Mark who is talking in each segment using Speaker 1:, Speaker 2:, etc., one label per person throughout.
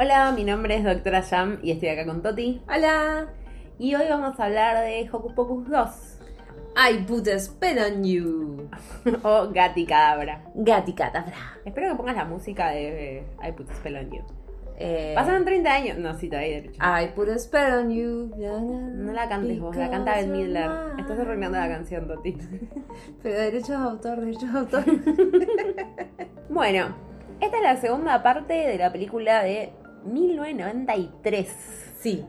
Speaker 1: Hola, mi nombre es Doctora Jam y estoy acá con Toti.
Speaker 2: Hola.
Speaker 1: Y hoy vamos a hablar de Hocus Pocus 2
Speaker 2: I put a spell on you.
Speaker 1: o Gatti Cadabra.
Speaker 2: Gati catabra.
Speaker 1: Espero que pongas la música de eh, I Put a Spell on You.
Speaker 2: Eh,
Speaker 1: Pasaron 30 años. No, sí, todavía hay derecho.
Speaker 2: I put a spell on you.
Speaker 1: No la cantes vos, la canta Ben
Speaker 2: Because
Speaker 1: Midler.
Speaker 2: you're mine.
Speaker 1: Estás arruinando la canción, Toti.
Speaker 2: Pero derechos de autor, derechos de autor.
Speaker 1: Bueno, esta es la segunda parte de la película de 1993.
Speaker 2: sí.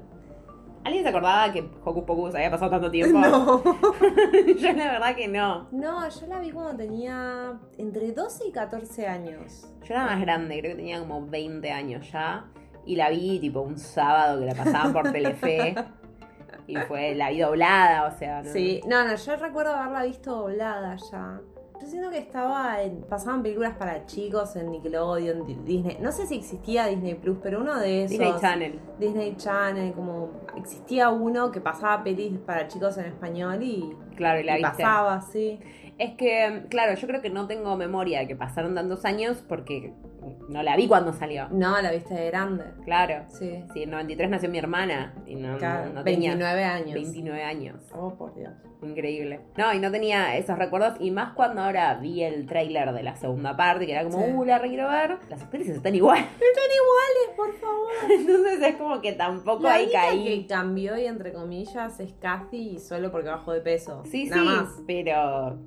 Speaker 1: ¿Alguien se acordaba que Hocus Pocus había pasado tanto tiempo? Yo la verdad que no.
Speaker 2: No, yo la vi cuando tenía entre 12 y 14 años.
Speaker 1: Yo era más grande, creo que tenía como 20 años ya. Y la vi tipo un sábado que la pasaban por Telefe. Y fue, la vi doblada, o sea, ¿no?
Speaker 2: Sí, no, no, yo recuerdo haberla visto doblada ya. Yo siento que estaba en. Pasaban películas para chicos en Nickelodeon, Di- Disney. No sé si existía Disney Plus, pero uno de esos.
Speaker 1: Disney Channel.
Speaker 2: Disney Channel, como. Existía uno que pasaba pelis para chicos en español y,
Speaker 1: Claro, y la
Speaker 2: y
Speaker 1: viste.
Speaker 2: pasaba, sí.
Speaker 1: Es que, claro, yo creo que no tengo memoria de que pasaron tantos años porque no la vi cuando salió.
Speaker 2: No, la viste de grande.
Speaker 1: Claro.
Speaker 2: Sí.
Speaker 1: Sí, en 93 nació mi hermana y no,
Speaker 2: Claro,
Speaker 1: no- no tenía
Speaker 2: 29 años.
Speaker 1: 29 años.
Speaker 2: Oh, por Dios.
Speaker 1: Increíble. No, y no tenía esos recuerdos. Y más cuando ahora vi el tráiler de la segunda parte, que era como,
Speaker 2: Sí.
Speaker 1: uh, la requiero ver. Las actrices están igual.
Speaker 2: Están iguales, por favor.
Speaker 1: Entonces es como que tampoco
Speaker 2: La
Speaker 1: ahí
Speaker 2: única
Speaker 1: caí.
Speaker 2: que cambió y entre comillas es Kathy y solo porque bajó de peso.
Speaker 1: Sí,
Speaker 2: Nada
Speaker 1: sí,
Speaker 2: más.
Speaker 1: pero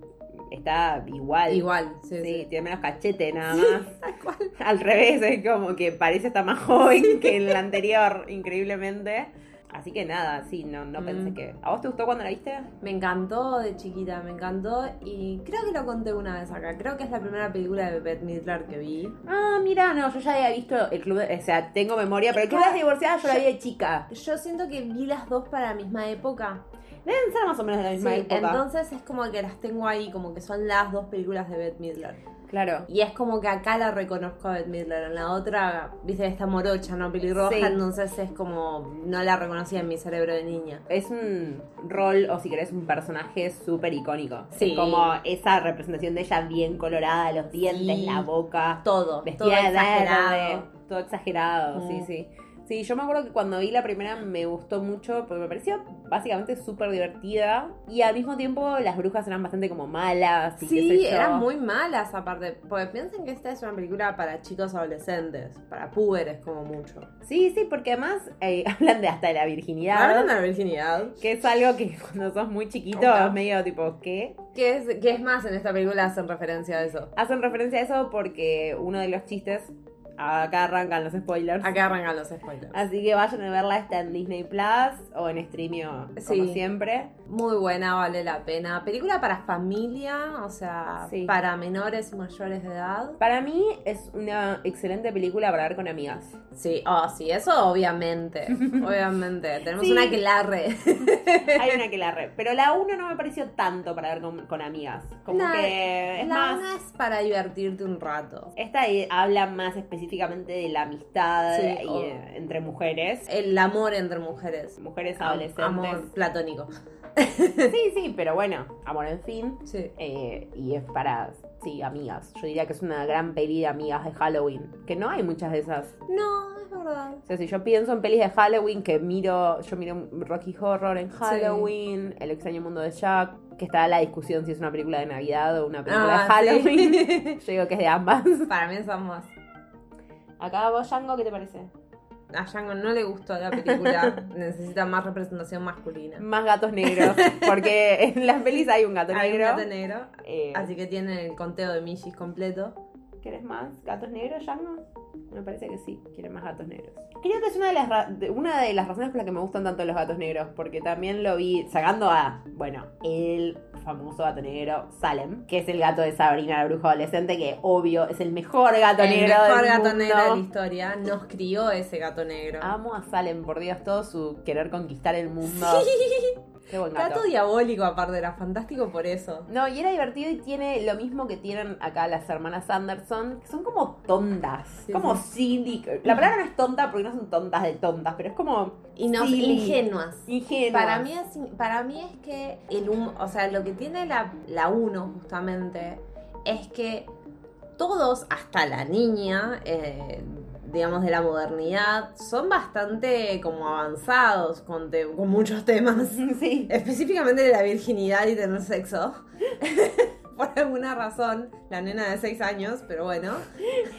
Speaker 1: está igual.
Speaker 2: Igual, sí,
Speaker 1: Sí,
Speaker 2: sí.
Speaker 1: tiene menos cachete nada más. Al revés, es como que parece está más joven que en la anterior, increíblemente. Así que nada, sí, no, no
Speaker 2: Mm.
Speaker 1: pensé que. ¿A vos te gustó cuando la viste?
Speaker 2: Me encantó de chiquita, me encantó y creo que lo conté una vez acá. Creo que es la primera película de Bette Midler que vi.
Speaker 1: Ah, mira, no, yo ya había visto el club, de- o sea, tengo memoria, pero el club de las divorciadas yo la vi de chica.
Speaker 2: Yo siento que vi las dos para la misma época.
Speaker 1: Deben ser más o menos de la misma
Speaker 2: Sí,
Speaker 1: época.
Speaker 2: entonces es como que las tengo ahí, como que son las dos películas de Bette Midler.
Speaker 1: Claro.
Speaker 2: Y es como que acá la reconozco a Bette Midler, en la otra, viste, está morocha, no pelirroja,
Speaker 1: Sí.
Speaker 2: entonces es como no la reconocía en mi cerebro de niña.
Speaker 1: Es un rol, o si querés, un personaje súper icónico.
Speaker 2: Sí.
Speaker 1: Es Como esa representación de ella bien colorada, los dientes,
Speaker 2: Sí.
Speaker 1: la boca,
Speaker 2: Todo,
Speaker 1: vestida
Speaker 2: todo
Speaker 1: de
Speaker 2: exagerado.
Speaker 1: verde, todo exagerado,
Speaker 2: Mm.
Speaker 1: sí, sí. Sí, yo me acuerdo que cuando vi la primera me gustó mucho porque me pareció básicamente súper divertida y al mismo tiempo las brujas eran bastante como malas y qué
Speaker 2: Sí,
Speaker 1: sé yo.
Speaker 2: eran muy malas aparte, porque piensen que esta es una película para chicos adolescentes, para púberes como mucho.
Speaker 1: Sí, sí, porque además eh, hablan de hasta de la virginidad.
Speaker 2: Hablan de la virginidad,
Speaker 1: Que es algo que cuando sos muy chiquito
Speaker 2: Opa.
Speaker 1: es medio tipo, ¿qué?
Speaker 2: que es, que es más en esta película hacen referencia a eso.
Speaker 1: Hacen referencia a eso porque uno de los chistes, acá arrancan los spoilers.
Speaker 2: Acá arrancan los spoilers.
Speaker 1: Así que vayan a verla, está en Disney Plus o en Streamio, como
Speaker 2: Sí.
Speaker 1: siempre.
Speaker 2: Muy buena, vale la pena. Película para familia, o sea,
Speaker 1: Sí.
Speaker 2: para menores y mayores de edad.
Speaker 1: Para mí es una excelente película para ver con amigas.
Speaker 2: Sí, oh, sí, eso obviamente, obviamente. Tenemos
Speaker 1: Sí.
Speaker 2: una que larre.
Speaker 1: Hay una que la re. Pero la 1 no me pareció tanto para ver con, con amigas. Como
Speaker 2: La-
Speaker 1: que es
Speaker 2: la
Speaker 1: más.
Speaker 2: una es para divertirte un rato.
Speaker 1: Esta eh, habla más específicamente de la amistad
Speaker 2: Sí,
Speaker 1: y,
Speaker 2: o-
Speaker 1: eh, entre mujeres.
Speaker 2: El amor entre mujeres.
Speaker 1: Mujeres adolescentes.
Speaker 2: Amor platónico.
Speaker 1: Sí, sí, pero bueno, amor en fin.
Speaker 2: Sí.
Speaker 1: Eh, y es para, sí, amigas. Yo diría que es una gran peli de amigas de Halloween. Que no hay muchas de esas.
Speaker 2: No, es verdad.
Speaker 1: O sea, si yo pienso en pelis de Halloween, que miro, yo miro Rocky Horror en Halloween, El extraño mundo de Jack, que está la discusión si es una película de Navidad o una película de
Speaker 2: Ah, sí.
Speaker 1: Halloween. Yo digo que es de ambas.
Speaker 2: Para mí es más.
Speaker 1: Acá vos, Django, ¿qué te parece?
Speaker 2: A Django no le gustó la película. Necesita más representación masculina.
Speaker 1: Más gatos negros, porque en las pelis hay un gato
Speaker 2: Hay un
Speaker 1: negro.
Speaker 2: gato negro.
Speaker 1: Eh,
Speaker 2: Así que tiene el conteo de Michis completo.
Speaker 1: ¿Quieres más gatos negros, Django? Me parece que sí, quiere más gatos negros. Creo que es una de las ra- de- una de las razones por las que me gustan tanto los gatos negros, porque también lo vi sacando a, bueno, el famoso gato negro Salem, que es el gato de Sabrina la bruja adolescente, que obvio es el mejor gato
Speaker 2: El
Speaker 1: negro
Speaker 2: mejor
Speaker 1: del
Speaker 2: gato
Speaker 1: mundo. Ah,
Speaker 2: negro de la historia. Nos crió ese gato negro.
Speaker 1: Amo a Salem, por Dios, todo su querer conquistar el mundo. Qué buen gato.
Speaker 2: Gato diabólico, aparte, era fantástico por eso.
Speaker 1: No, y era divertido y tiene lo mismo que tienen acá las hermanas Anderson, que son como tontas,
Speaker 2: Sí,
Speaker 1: como silly. La palabra no es tonta porque no son tontas de tontas, pero es como
Speaker 2: Y no
Speaker 1: Sí.
Speaker 2: ingenuas.
Speaker 1: ingenuas.
Speaker 2: Para mí, es, para mí es que el hum- o sea, lo que tiene la, la 1 justamente es que todos, hasta la niña eh, digamos, de la modernidad, son bastante como avanzados con, te- con muchos temas.
Speaker 1: Sí.
Speaker 2: Específicamente de la virginidad y tener sexo. Por alguna razón, la nena de 6 años, pero bueno.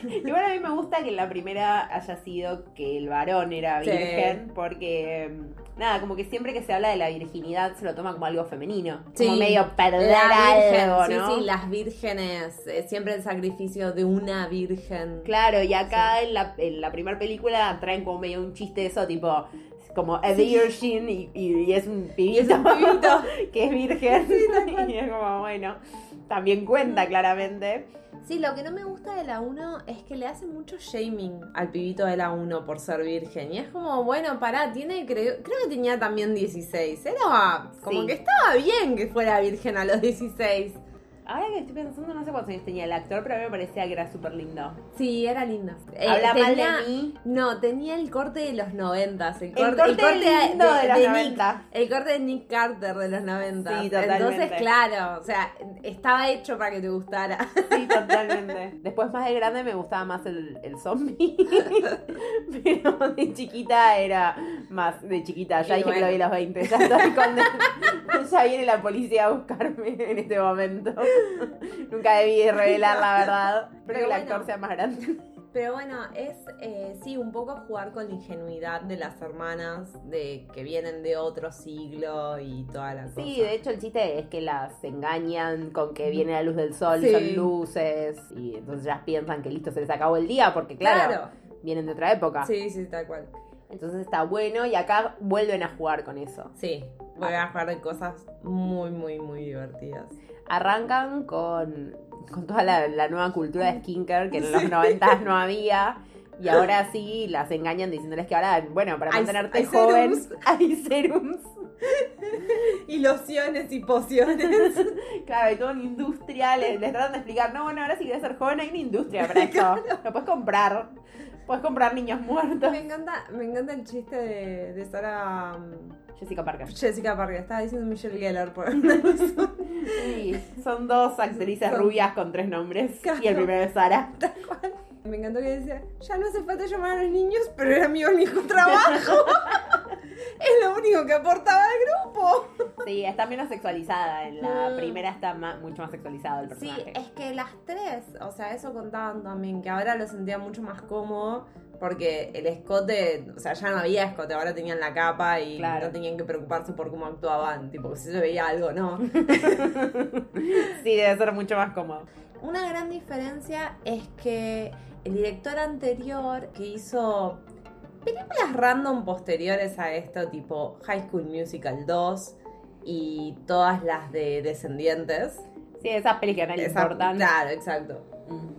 Speaker 1: Igual a mí me gusta que la primera haya sido que el varón era
Speaker 2: Sí.
Speaker 1: virgen, porque mm, nada, como que siempre que se habla de la virginidad se lo toma como algo femenino. Como
Speaker 2: Sí.
Speaker 1: medio perder
Speaker 2: La virgen,
Speaker 1: algo,
Speaker 2: sí,
Speaker 1: ¿no?
Speaker 2: sí, las vírgenes, eh, siempre el sacrificio de una virgen.
Speaker 1: Claro, y acá en la, en la primera película traen como medio un chiste de eso, tipo, como a virgin y, y- y es un
Speaker 2: Y es
Speaker 1: pibito,
Speaker 2: un pibito.
Speaker 1: que es virgen. y es como, bueno, también cuenta claramente.
Speaker 2: Sí, lo que no me gusta de la 1 es que le hace mucho shaming al pibito de la 1 por ser virgen. Y es como, bueno, pará, tiene, creo, creo que tenía también 16. Era como
Speaker 1: Sí.
Speaker 2: que estaba bien que fuera virgen a los 16.
Speaker 1: Ahora que estoy pensando, no sé cuántos años tenía el actor, pero a mí me parecía que era súper lindo.
Speaker 2: Sí, era linda. Eh,
Speaker 1: Habla mal de mí.
Speaker 2: No, tenía el corte de los 90. El corte,
Speaker 1: El corte, lindo de, los
Speaker 2: Nick-
Speaker 1: 90.
Speaker 2: el corte de Nick Carter de los 90.
Speaker 1: Sí, totalmente.
Speaker 2: Entonces, claro, o sea, estaba hecho para que te gustara.
Speaker 1: Sí, totalmente. Después, más de grande, me gustaba más el, el zombie. Pero de chiquita era más de chiquita. Ya
Speaker 2: Y
Speaker 1: dije que
Speaker 2: bueno.
Speaker 1: lo vi a los 20. Ya estoy con- Ya viene la policía a buscarme en este momento. Nunca debí revelar la verdad. Espero
Speaker 2: Pero
Speaker 1: que el
Speaker 2: bueno.
Speaker 1: actor sea más grande.
Speaker 2: Pero bueno, es eh, sí, un poco jugar con la ingenuidad de las hermanas de que vienen de otro siglo y toda la cosa.
Speaker 1: Sí, de hecho, el chiste es que las engañan con que viene la luz del sol y
Speaker 2: Sí.
Speaker 1: son luces. Y entonces ya piensan que listo, se les acabó el día. Porque, claro,
Speaker 2: claro.
Speaker 1: vienen de otra época.
Speaker 2: Sí, sí, tal cual.
Speaker 1: Entonces está bueno y acá vuelven a jugar con eso.
Speaker 2: Sí, voy a jugar de cosas muy, muy, muy divertidas.
Speaker 1: Arrancan con, con toda la, la nueva cultura de skinker que en los 90 no había. Y ahora sí las engañan diciéndoles que ahora, bueno, para
Speaker 2: Hay-
Speaker 1: mantenerte
Speaker 2: hay
Speaker 1: joven
Speaker 2: serums.
Speaker 1: hay serums.
Speaker 2: Y lociones y pociones.
Speaker 1: Claro, y todo en industria. Les, les tratan de explicar, no, bueno, ahora si quieres ser joven hay una industria para esto. Lo puedes comprar. Puedes comprar niños muertos.
Speaker 2: me encanta, me encanta el chiste de, de Sara um,
Speaker 1: Jessica Parker.
Speaker 2: Jessica Parker. Estaba diciendo Michelle Geller por
Speaker 1: Sí, son dos actrices
Speaker 2: Son-
Speaker 1: rubias con tres nombres. Y el
Speaker 2: Claro.
Speaker 1: primero es Sara.
Speaker 2: Me encantó que decía, ya no hace falta llamar a los niños, pero era mi único trabajo. es lo único que aportaba al grupo.
Speaker 1: Sí, está menos sexualizada. En la
Speaker 2: Mm.
Speaker 1: primera está ma- mucho más sexualizado el
Speaker 2: Sí,
Speaker 1: personaje.
Speaker 2: es que las tres, o sea, eso contaban también, que ahora lo sentía mucho más cómodo, porque el escote, o sea, ya no había escote, ahora tenían la capa y
Speaker 1: Claro.
Speaker 2: no tenían que preocuparse por cómo actuaban, tipo, si se veía algo, no.
Speaker 1: Sí, debe ser mucho más cómodo.
Speaker 2: Una gran diferencia es que el director anterior que hizo películas random posteriores a esto, tipo High School Musical 2 y todas las de Descendientes.
Speaker 1: Sí, esas pelis que no le
Speaker 2: Esa-
Speaker 1: importan.
Speaker 2: Claro, exacto.
Speaker 1: Mm.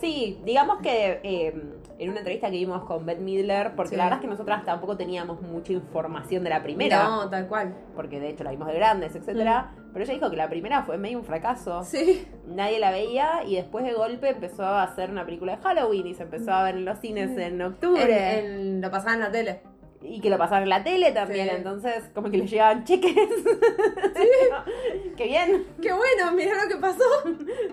Speaker 1: Sí, digamos que eh, en una entrevista que vimos con Beth Midler, porque
Speaker 2: Sí.
Speaker 1: la verdad es que nosotras tampoco teníamos mucha información de la primera,
Speaker 2: No, Mm. tal cual.
Speaker 1: porque de hecho la vimos de grandes, etcétera, pero ella dijo que la primera fue medio un fracaso.
Speaker 2: Sí.
Speaker 1: Nadie la veía y después de golpe empezó a hacer una película de Halloween y se empezó a ver en los cines
Speaker 2: Sí.
Speaker 1: en
Speaker 2: Mm. En-
Speaker 1: octubre.
Speaker 2: en- lo pasaban en la tele.
Speaker 1: Y que lo pasaban en la tele también,
Speaker 2: Sí.
Speaker 1: entonces como que le llegaban cheques. Qué bien.
Speaker 2: ¡Qué bueno! Mirá lo que pasó.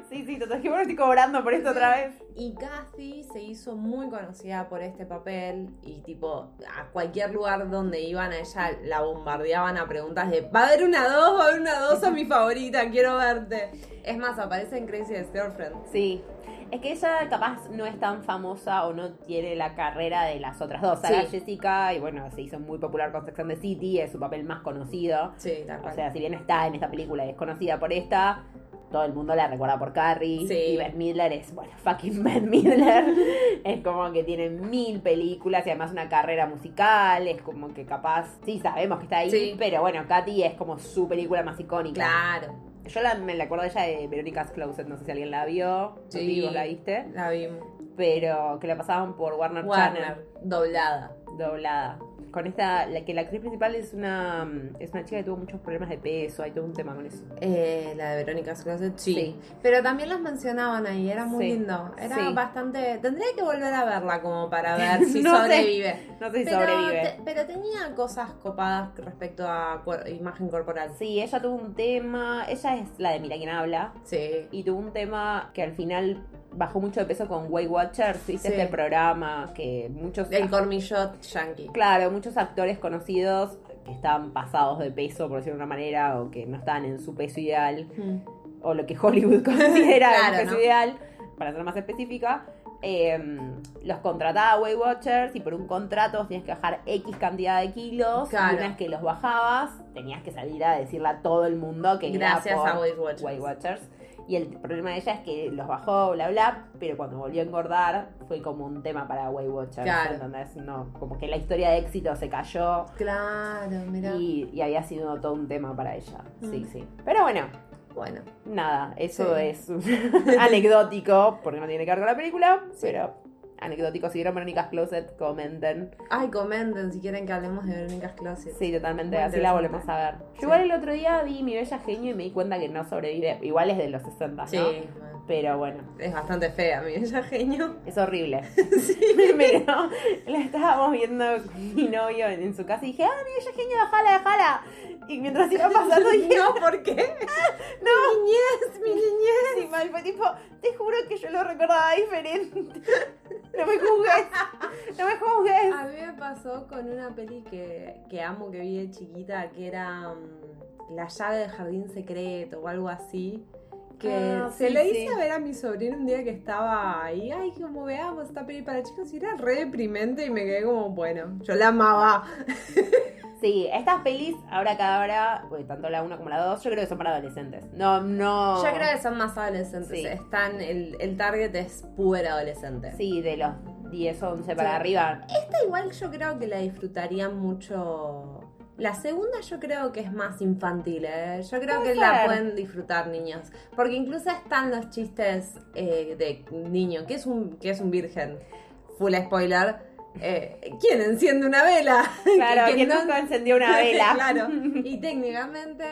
Speaker 1: Sí, sí, total, que bueno, estoy cobrando por esto otra vez.
Speaker 2: Y Kathy se hizo muy conocida por este papel y tipo a cualquier lugar donde iban a ella la bombardeaban a preguntas de va a haber una dos, va a haber una dos a mi favorita, quiero verte. Es más, aparece en Crazy Girlfriend.
Speaker 1: Sí. Es que ella capaz no es tan famosa o no tiene la carrera de las otras dos. Sarah
Speaker 2: Sí.
Speaker 1: Jessica, y bueno, se hizo muy popular con Sex and the City, es su papel más conocido.
Speaker 2: Sí, tal
Speaker 1: O
Speaker 2: cual.
Speaker 1: sea, si bien está en esta película y es conocida por esta, todo el mundo la recuerda por Carrie.
Speaker 2: Sí.
Speaker 1: Y Beth Midler es, bueno, fucking Beth Midler. es como que tiene mil películas y además una carrera musical. Es como que capaz, sí, sabemos que está ahí,
Speaker 2: Sí.
Speaker 1: pero bueno, Katy es como su película más icónica.
Speaker 2: claro,
Speaker 1: Yo la- me la acuerdo de ella de Verónica's Closet, no sé si alguien la vio.
Speaker 2: Sí.
Speaker 1: Sí. vos la viste.
Speaker 2: la vimos.
Speaker 1: Pero que la pasaban por Warner, Channel,
Speaker 2: Warner, doblada.
Speaker 1: doblada. Con esta, la, que la actriz principal es una, es una chica que tuvo muchos problemas de peso, hay todo un tema con eso.
Speaker 2: Eh, la de Verónica Closet, sí.
Speaker 1: Sí.
Speaker 2: Pero también los mencionaban ahí, era muy
Speaker 1: Sí,
Speaker 2: lindo. Era
Speaker 1: sí.
Speaker 2: bastante. Tendría que volver a verla como para ver si
Speaker 1: No sé.
Speaker 2: sobrevive.
Speaker 1: No sé si
Speaker 2: Pero,
Speaker 1: sobrevive.
Speaker 2: te- pero tenía cosas copadas respecto a cuer- imagen corporal.
Speaker 1: Sí, ella tuvo un tema, ella es la de Mira quién habla,
Speaker 2: Sí.
Speaker 1: y tuvo un tema que al final bajó mucho de peso con Weight Watchers, ¿viste?
Speaker 2: Sí.
Speaker 1: Este programa que muchos...
Speaker 2: El cormillot yankee.
Speaker 1: Claro, muchos actores conocidos que estaban pasados de peso, por decirlo de una manera, o que no estaban en su peso ideal,
Speaker 2: Mm.
Speaker 1: o lo que Hollywood considera
Speaker 2: Claro,
Speaker 1: el peso
Speaker 2: ¿no?
Speaker 1: ideal, para ser más específica, eh, los contrataba Weight Watchers y por un contrato vos tenías que bajar X cantidad de kilos.
Speaker 2: Claro.
Speaker 1: Y una vez que los bajabas, tenías que salir a decirle a todo el mundo que era
Speaker 2: Gracias
Speaker 1: por
Speaker 2: a Weight Watchers.
Speaker 1: Weight Watchers. Y el problema de ella es que los bajó, bla, bla, pero cuando volvió a engordar fue como un tema para Weight Watchers.
Speaker 2: Claro.
Speaker 1: ¿entendés? No, como que la historia de éxito se cayó
Speaker 2: Claro, mira.
Speaker 1: y, y había sido todo un tema para ella. Sí,
Speaker 2: Mm.
Speaker 1: sí. Pero bueno,
Speaker 2: Bueno,
Speaker 1: nada, eso
Speaker 2: Sí.
Speaker 1: es anecdótico, porque no tiene que ver con la película, pero anecdótico. Si vieron Verónica's Closet, comenten.
Speaker 2: ay, comenten si quieren que hablemos de Verónica's Closet.
Speaker 1: Sí, totalmente,
Speaker 2: Muy
Speaker 1: así la
Speaker 2: interesante.
Speaker 1: volvemos a ver. Yo
Speaker 2: Sí.
Speaker 1: igual el otro día vi Mi Bella Genio y me di cuenta que no sobrevive. Igual es de los 60, ¿no?
Speaker 2: Sí, bueno.
Speaker 1: Pero bueno,
Speaker 2: es bastante fea, mi bella genio.
Speaker 1: es horrible.
Speaker 2: Sí.
Speaker 1: Pero la estábamos viendo con mi novio en, en su casa y dije, ah, mi bella genio, bajala, bajala. Y mientras iba pasando dije,
Speaker 2: No, ¿por qué?
Speaker 1: no, mi
Speaker 2: Es mi niñez.
Speaker 1: niñez. Y mal fue tipo, te juro que yo lo recordaba diferente. No me juzgues, no me juzgues.
Speaker 2: A mí me pasó con una peli que, que amo, que vi de chiquita, que era mm, La llave del jardín secreto o algo así. Que
Speaker 1: Ah,
Speaker 2: se
Speaker 1: sí,
Speaker 2: le
Speaker 1: sí.
Speaker 2: hice a ver a mi sobrino un día que estaba ahí, ay, como veamos esta peli para chicos, y era re deprimente y me quedé como, bueno, yo la amaba.
Speaker 1: Sí, estas pelis, ahora cada hora, pues, tanto la 1 como la 2, yo creo que son para adolescentes. No, no.
Speaker 2: Yo creo que son más adolescentes,
Speaker 1: Sí.
Speaker 2: están, el, el target es puber adolescente.
Speaker 1: Sí, de los 10, 11 para
Speaker 2: Sí.
Speaker 1: arriba.
Speaker 2: Esta igual yo creo que la disfrutarían mucho. La segunda yo creo que es más infantil, ¿eh? Yo creo
Speaker 1: Puede
Speaker 2: que la
Speaker 1: ser.
Speaker 2: pueden disfrutar niños. Porque incluso están los chistes eh, de niño, que es un, que es un virgen. Full spoiler. Eh, ¿Quién enciende una vela?
Speaker 1: Claro,
Speaker 2: Que- que
Speaker 1: que
Speaker 2: no-
Speaker 1: nunca encendió una vela.
Speaker 2: claro. Y técnicamente.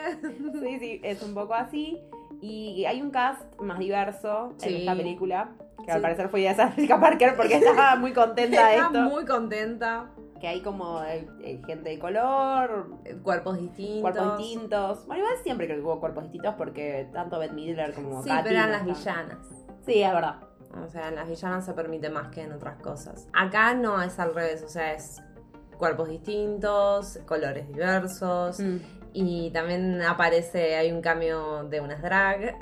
Speaker 1: Sí, sí, es un poco así. Y hay un cast más diverso en
Speaker 2: Sí.
Speaker 1: esta película. Que
Speaker 2: Sí.
Speaker 1: al parecer fue idea de Jessica Parker porque estaba muy contenta de
Speaker 2: Está
Speaker 1: esto.
Speaker 2: muy contenta.
Speaker 1: Que hay como eh, eh, gente de color,
Speaker 2: Eh, Cuerpos distintos.
Speaker 1: cuerpos distintos. Bueno, igual siempre creo que hubo cuerpos distintos porque tanto Beth Midler como
Speaker 2: Sí,
Speaker 1: Katy
Speaker 2: pero eran
Speaker 1: no
Speaker 2: las
Speaker 1: están-
Speaker 2: villanas.
Speaker 1: Sí, es verdad.
Speaker 2: O sea, en las villanas se permite más que en otras cosas. Acá no es al revés, o sea, es cuerpos distintos, colores diversos.
Speaker 1: Mm.
Speaker 2: Y también aparece, hay un cambio de unas drag.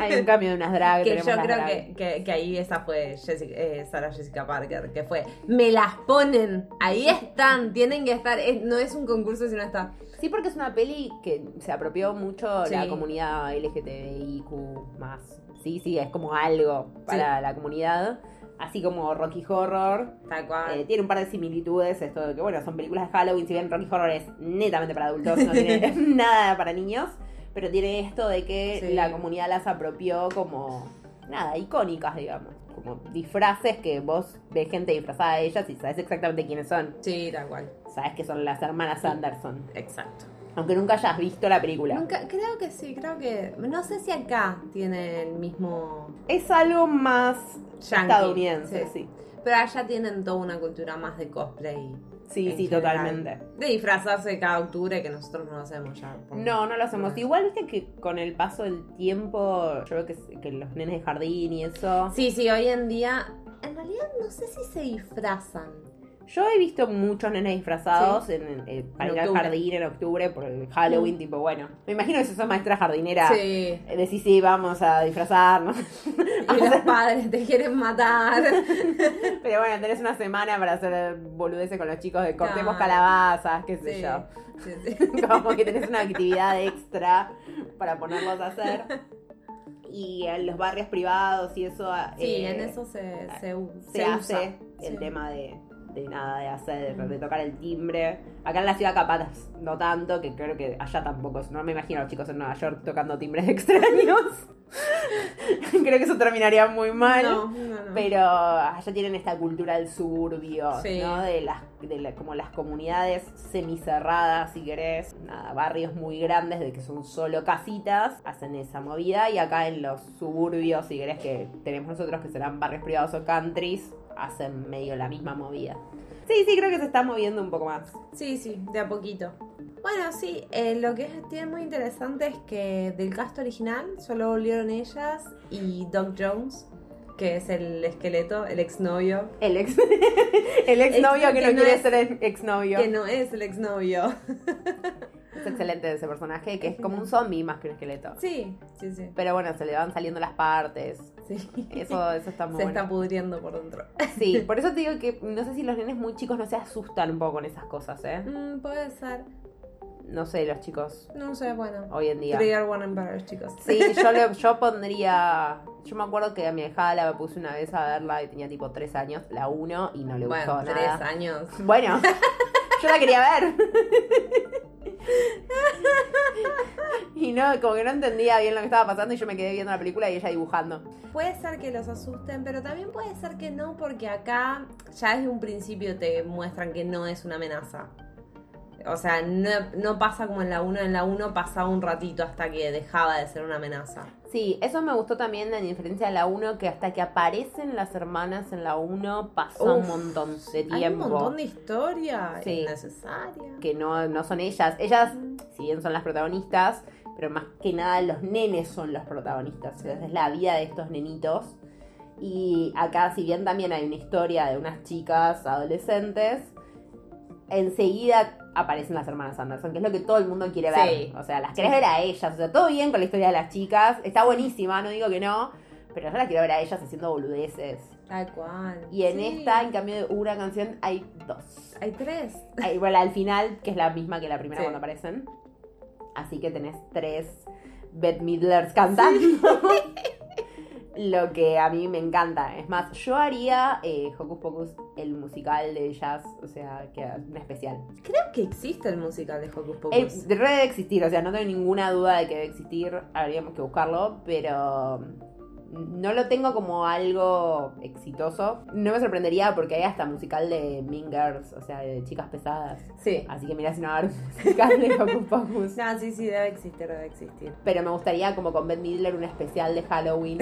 Speaker 1: Hay un cambio de unas drag.
Speaker 2: Que yo
Speaker 1: Ah, tenemos las
Speaker 2: creo
Speaker 1: drag.
Speaker 2: que, que- que ahí esa fue Jessica, eh, Sarah Jessica Parker, que fue, me las ponen, ahí están, tienen que estar, es- no es un concurso si no está.
Speaker 1: Sí, porque es una peli que se apropió mucho la
Speaker 2: Sí.
Speaker 1: comunidad LGTBIQ más. Sí, sí, es como algo para la comunidad. Así como Rocky Horror.
Speaker 2: Tal cual.
Speaker 1: Eh, tiene un par de similitudes, esto de que, bueno, son películas de Halloween, si bien Rocky Horror es netamente para adultos, no tiene nada para niños, pero tiene esto de que
Speaker 2: Sí.
Speaker 1: la comunidad las apropió como, nada, icónicas, digamos, como disfraces que vos ves gente disfrazada de ellas y sabes exactamente quiénes son,
Speaker 2: Sí, tal cual.
Speaker 1: sabes que son las hermanas Anderson,
Speaker 2: Exacto.
Speaker 1: aunque nunca hayas visto la película.
Speaker 2: Nunca, creo que sí, creo que. No sé si acá tiene el mismo
Speaker 1: Es algo más
Speaker 2: Yankee,
Speaker 1: estadounidense, sí.
Speaker 2: Pero allá tienen toda una cultura más de cosplay.
Speaker 1: Sí,
Speaker 2: en
Speaker 1: sí,
Speaker 2: general.
Speaker 1: totalmente.
Speaker 2: De disfrazarse cada octubre que nosotros no lo hacemos ya. por-
Speaker 1: No, no lo hacemos.
Speaker 2: por-
Speaker 1: Igual viste que con el paso del tiempo, yo creo que, que los nenes de jardín y eso.
Speaker 2: Sí, sí, hoy en día. En realidad no sé si se disfrazan.
Speaker 1: Yo he visto muchos nenes disfrazados en, eh, para
Speaker 2: En
Speaker 1: ir al
Speaker 2: octubre.
Speaker 1: jardín en octubre, por el Halloween,
Speaker 2: Mm.
Speaker 1: tipo, bueno. Me imagino que si sos maestra jardinera,
Speaker 2: Sí.
Speaker 1: eh, decís, sí, vamos a disfrazarnos.
Speaker 2: Y los padres te quieren matar.
Speaker 1: Pero bueno, tenés una semana para hacer boludeces con los chicos de cortemos
Speaker 2: Claro.
Speaker 1: calabazas, qué sé
Speaker 2: Sí,
Speaker 1: yo.
Speaker 2: sí, sí.
Speaker 1: Como que tenés una actividad extra para ponerlos a hacer. Y en los barrios privados y eso.
Speaker 2: Sí,
Speaker 1: eh,
Speaker 2: en eso se, se, u-
Speaker 1: se,
Speaker 2: se usa.
Speaker 1: hace el
Speaker 2: Sí.
Speaker 1: tema de, de nada de hacer, de,
Speaker 2: Mm.
Speaker 1: de tocar el timbre. Acá en la ciudad capaz no tanto, que creo que allá tampoco. No me imagino a los chicos en Nueva York tocando timbres extraños. creo que eso terminaría muy mal.
Speaker 2: No, no, no.
Speaker 1: Pero allá tienen esta cultura del suburbio,
Speaker 2: Sí.
Speaker 1: ¿no? De las de la- como las comunidades semicerradas, si querés, nada, barrios muy grandes de que son solo casitas, hacen esa movida y acá en los suburbios, si querés que tenemos nosotros que serán barrios privados o countries, hacen medio la misma movida. Sí, sí, creo que se está moviendo un poco más.
Speaker 2: Sí, sí, de a poquito. Bueno, sí, eh, lo que es- tiene muy interesante es que del cast original solo volvieron ellas y Doc Jones, que es el esqueleto, el exnovio.
Speaker 1: El ex, el exnovio
Speaker 2: Ex-
Speaker 1: que
Speaker 2: que
Speaker 1: no
Speaker 2: no
Speaker 1: quiere
Speaker 2: es-
Speaker 1: ser ex- exnovio.
Speaker 2: Que no es el exnovio.
Speaker 1: Es excelente ese personaje, que es como un zombie más que un esqueleto.
Speaker 2: Sí, sí, sí.
Speaker 1: Pero bueno, se le van saliendo las partes.
Speaker 2: sí.
Speaker 1: Eso, eso está muy
Speaker 2: Se
Speaker 1: bueno.
Speaker 2: está pudriendo por dentro.
Speaker 1: Sí, por eso te digo que no sé si los nenes muy chicos no se asustan un poco con esas cosas, ¿eh?
Speaker 2: Mm, puede ser.
Speaker 1: No sé, los chicos
Speaker 2: No sé, bueno.
Speaker 1: hoy en día.
Speaker 2: Trigger warning para los chicos.
Speaker 1: Sí, yo, lo- yo pondría. Yo me acuerdo que a mi hija la puse una vez a verla y tenía tipo 3 años, la 1, y no le gustó
Speaker 2: Bueno, tres
Speaker 1: nada.
Speaker 2: años.
Speaker 1: Bueno, yo la quería ver. Y no, como que no entendía bien lo que estaba pasando y yo me quedé viendo la película y ella dibujando.
Speaker 2: Puede ser que los asusten, pero también puede ser que no, porque acá ya desde un principio te muestran que no es una amenaza. O sea, no, no pasa como en la 1, en la 1 pasaba un ratito hasta que dejaba de ser una amenaza.
Speaker 1: Sí, eso me gustó también en diferencia de la 1, que hasta que aparecen las hermanas en la 1 pasó un
Speaker 2: Uf,
Speaker 1: montón de tiempo.
Speaker 2: Hay un montón de historia
Speaker 1: Sí.
Speaker 2: innecesaria.
Speaker 1: Que no, no son ellas. Ellas, si bien son las protagonistas, pero más que nada los nenes son los protagonistas. O sea, es la vida de estos nenitos. Y acá, si bien también hay una historia de unas chicas adolescentes, enseguida aparecen las hermanas Anderson, que es lo que todo el mundo quiere ver.
Speaker 2: Sí.
Speaker 1: O sea, las querés ver a ellas. O sea, todo bien con la historia de las chicas. Está buenísima, no digo que no. Pero yo las quiero ver a ellas haciendo boludeces.
Speaker 2: Tal cual.
Speaker 1: Y en
Speaker 2: Sí.
Speaker 1: esta, en cambio de una canción, hay dos.
Speaker 2: Hay tres.
Speaker 1: Ah, Igual al final, que es la misma que la primera
Speaker 2: Sí.
Speaker 1: cuando aparecen. Así que tenés tres Beth Midlers cantando. Lo que a mí me encanta. Es más, yo haría eh, Hocus Pocus el musical de jazz, o sea, que un especial.
Speaker 2: Creo que existe el musical de Hocus
Speaker 1: Eh,
Speaker 2: Pocus.
Speaker 1: debe de existir, o sea, no tengo ninguna duda de que debe existir. Habríamos que buscarlo, pero mm, no lo tengo como algo exitoso. No me sorprendería porque hay hasta musical de Mean Girls, o sea, de chicas pesadas.
Speaker 2: Sí.
Speaker 1: Así que mirá si no va a haber musical de Hocus Pocus.
Speaker 2: No, Ah, sí, sí, debe existir, debe existir.
Speaker 1: Pero me gustaría, como con Beth Midler, un especial de Halloween.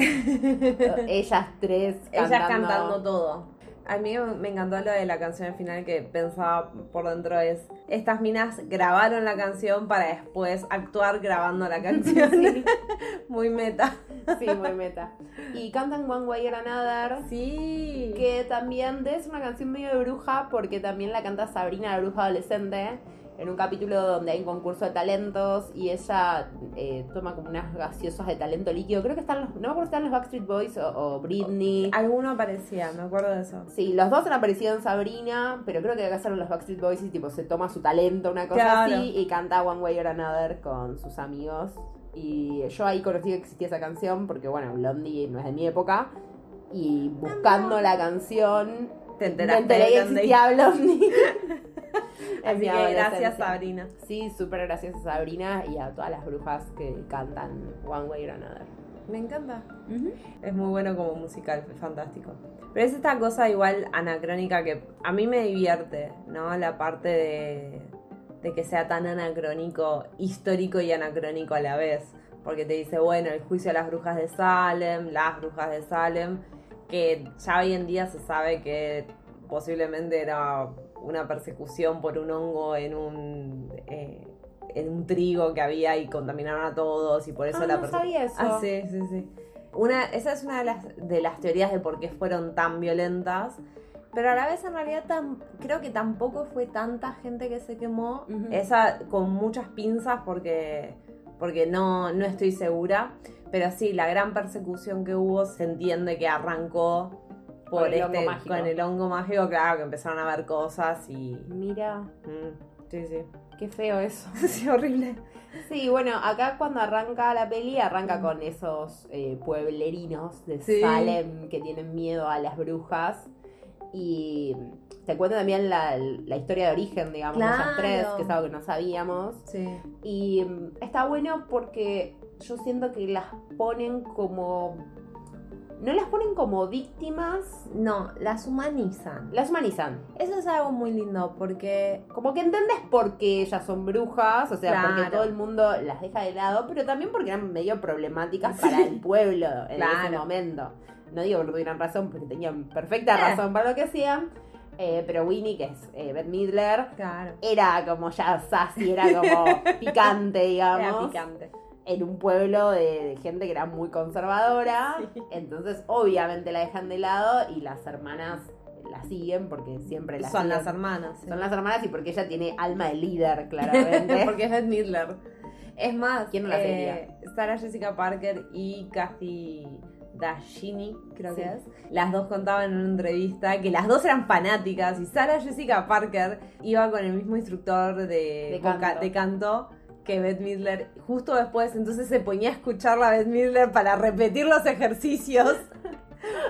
Speaker 1: Ellas tres cantando.
Speaker 2: Ellas cantando todo. A mí me encantó lo de la canción final que pensaba por dentro es, estas minas grabaron la canción para después actuar grabando la canción.
Speaker 1: Sí,
Speaker 2: Muy meta.
Speaker 1: sí, muy meta. Y cantan One Way or Another.
Speaker 2: Sí.
Speaker 1: Que también es una canción medio de bruja, porque también la canta Sabrina, la bruja adolescente, en un capítulo donde hay un concurso de talentos y ella eh, toma como unas gaseosas de talento líquido. Creo que están los, no me acuerdo si están los Backstreet Boys o, o Britney.
Speaker 2: Alguno aparecía, me acuerdo de eso.
Speaker 1: Sí, los dos han aparecido en Sabrina, pero creo que acá son los Backstreet Boys y tipo se toma su talento, una cosa
Speaker 2: Claro.
Speaker 1: así, y canta One Way or Another con sus amigos. Y yo ahí conocí que existía esa canción, porque bueno, Blondie no es de mi época. Y buscando la canción,
Speaker 2: Te
Speaker 1: me
Speaker 2: enteraste.
Speaker 1: enteré que
Speaker 2: de dónde-
Speaker 1: existía Blondie. En
Speaker 2: Así
Speaker 1: mi
Speaker 2: que gracias
Speaker 1: adolescencia.
Speaker 2: Sabrina.
Speaker 1: Sí, súper gracias a Sabrina y a todas las brujas que cantan One Way or Another.
Speaker 2: Me encanta. Es muy bueno como musical, es fantástico. Pero es esta cosa igual anacrónica que a mí me divierte, ¿no? La parte de, de que sea tan anacrónico, histórico y anacrónico a la vez. Porque te dice, bueno, el juicio a las brujas de Salem, las brujas de Salem, que ya hoy en día se sabe que posiblemente era una persecución por un hongo en un... eh, en un trigo que había y contaminaron a todos y por eso
Speaker 1: Ah,
Speaker 2: la
Speaker 1: no
Speaker 2: perse-
Speaker 1: sabía eso.
Speaker 2: Ah, sí, sí, sí. Una, esa es una de las, de las teorías de por qué fueron tan violentas. Pero a la vez en realidad tam- creo que tampoco fue tanta gente que se quemó.
Speaker 1: Ujú.
Speaker 2: Esa con muchas pinzas porque, porque no, no estoy segura. Pero sí, la gran persecución que hubo se entiende que arrancó por
Speaker 1: Con el hongo
Speaker 2: este,
Speaker 1: mágico.
Speaker 2: con el hongo mágico, claro, que empezaron a ver cosas y...
Speaker 1: Mira,
Speaker 2: mm, sí, sí.
Speaker 1: qué feo eso.
Speaker 2: Sí, horrible.
Speaker 1: Sí, bueno, acá cuando arranca la peli, arranca con esos eh, pueblerinos de
Speaker 2: Sí.
Speaker 1: Salem que tienen miedo a las brujas. Y te cuenta también la, la historia de origen, digamos, de ellas
Speaker 2: Claro.
Speaker 1: tres, que es algo que no sabíamos.
Speaker 2: Sí.
Speaker 1: Y mm, está bueno porque yo siento que las ponen como. No las ponen como víctimas,
Speaker 2: No, las humanizan.
Speaker 1: las humanizan.
Speaker 2: Eso es algo muy lindo porque
Speaker 1: Como que entendés por qué ellas son brujas, o sea, porque
Speaker 2: Claro.
Speaker 1: todo el mundo las deja de lado, pero también porque eran medio problemáticas para el pueblo en ese
Speaker 2: Claro.
Speaker 1: momento. No digo que no tuvieran razón, porque tenían perfecta
Speaker 2: Eh.
Speaker 1: razón para lo que hacían, eh, pero Winnie, que es eh, Beth Midler,
Speaker 2: claro,
Speaker 1: era como ya sassy, era como picante, digamos.
Speaker 2: era picante.
Speaker 1: en un pueblo de, de gente que era muy conservadora. Entonces, obviamente la dejan de lado y las hermanas la siguen porque siempre la
Speaker 2: Son
Speaker 1: siguen.
Speaker 2: las hermanas. sí.
Speaker 1: Son las hermanas y porque ella tiene alma de líder, claramente.
Speaker 2: porque es Beth Midler. Es más,
Speaker 1: ¿Quién no la
Speaker 2: eh, Sarah Jessica Parker y Kathy Dashini, creo
Speaker 1: Sí.
Speaker 2: que es. Las dos contaban en una entrevista que las dos eran fanáticas y Sarah Jessica Parker iba con el mismo instructor de,
Speaker 1: De
Speaker 2: voca-
Speaker 1: canto.
Speaker 2: de canto que Beth Midler justo después, entonces se ponía a escuchar a Beth Midler para repetir los ejercicios.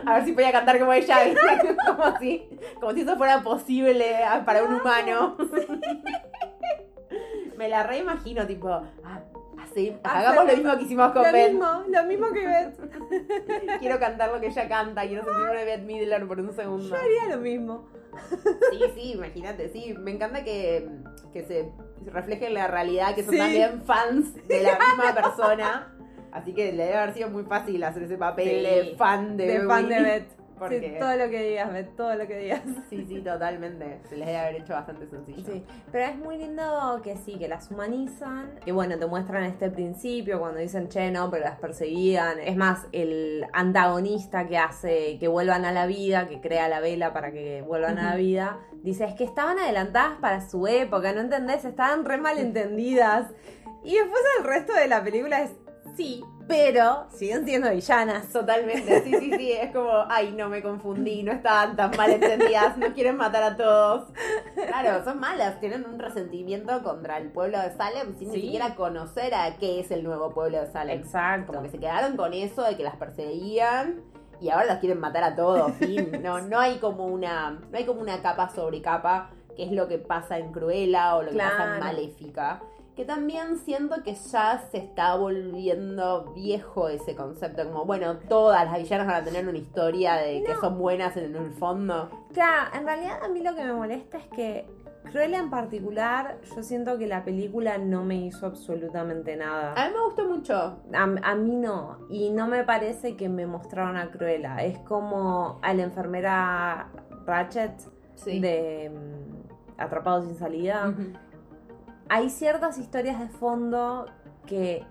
Speaker 1: A ver si podía cantar como ella, ¿viste? como si, como si eso fuera posible ah, para un humano. Me la reimagino, tipo, ah, hace- hagamos lo mismo que hicimos con
Speaker 2: Lo
Speaker 1: Beth.
Speaker 2: mismo, lo mismo que Beth.
Speaker 1: Quiero cantar lo que ella canta, quiero sentirme
Speaker 2: Ah.
Speaker 1: una Beth Midler por un segundo.
Speaker 2: Yo haría lo mismo.
Speaker 1: Sí, sí, imagínate, sí. Me encanta que, que se refleje en la realidad, que son
Speaker 2: Sí.
Speaker 1: también fans de la misma persona. Así que le debe haber sido muy fácil hacer ese papel
Speaker 2: Sí.
Speaker 1: de fan de,
Speaker 2: De fan de
Speaker 1: Britney.
Speaker 2: Beth. Sí,
Speaker 1: Porque-
Speaker 2: todo lo que digas, Beth, todo lo que digas.
Speaker 1: Sí, sí, totalmente. Se les debe haber hecho bastante sencillo.
Speaker 2: Sí, pero es muy lindo que sí, que las humanizan. Que bueno, te muestran este principio cuando dicen, che, no, pero las perseguían. Es más, el antagonista que hace que vuelvan a la vida, que crea la vela para que vuelvan a la
Speaker 1: Ujú.
Speaker 2: vida, dice, es que estaban adelantadas para su época, ¿no entendés? Estaban re malentendidas. Y después el resto de la película es, sí, pero siguen siendo villanas.
Speaker 1: Totalmente, sí, sí, sí, es como, ay, no me confundí, no estaban tan mal entendidas, no quieren matar a todos. Claro, son malas, tienen un resentimiento contra el pueblo de Salem sin ni
Speaker 2: Sí.
Speaker 1: siquiera conocer a qué es el nuevo pueblo de Salem.
Speaker 2: Exacto.
Speaker 1: Como que se quedaron con eso de que las perseguían y ahora las quieren matar a todos, fin. No, no hay como una, no hay como una capa sobre capa, que es lo que pasa en Cruella o lo que pasa en
Speaker 2: Claro.
Speaker 1: Maléfica. Que también siento que ya se está volviendo viejo ese concepto, como bueno, todas las villanas van a tener una historia de que
Speaker 2: No.
Speaker 1: son buenas en el fondo.
Speaker 2: Claro, en realidad a mí lo que me molesta es que Cruella en particular, yo siento que la película no me hizo absolutamente nada.
Speaker 1: A mí me gustó mucho.
Speaker 2: A, a mí no, y no me parece que me mostraron a Cruella. Es como a la enfermera Ratchet de mm, Atrapado sin salida.
Speaker 1: Ujú.
Speaker 2: Hay ciertas historias de fondo que,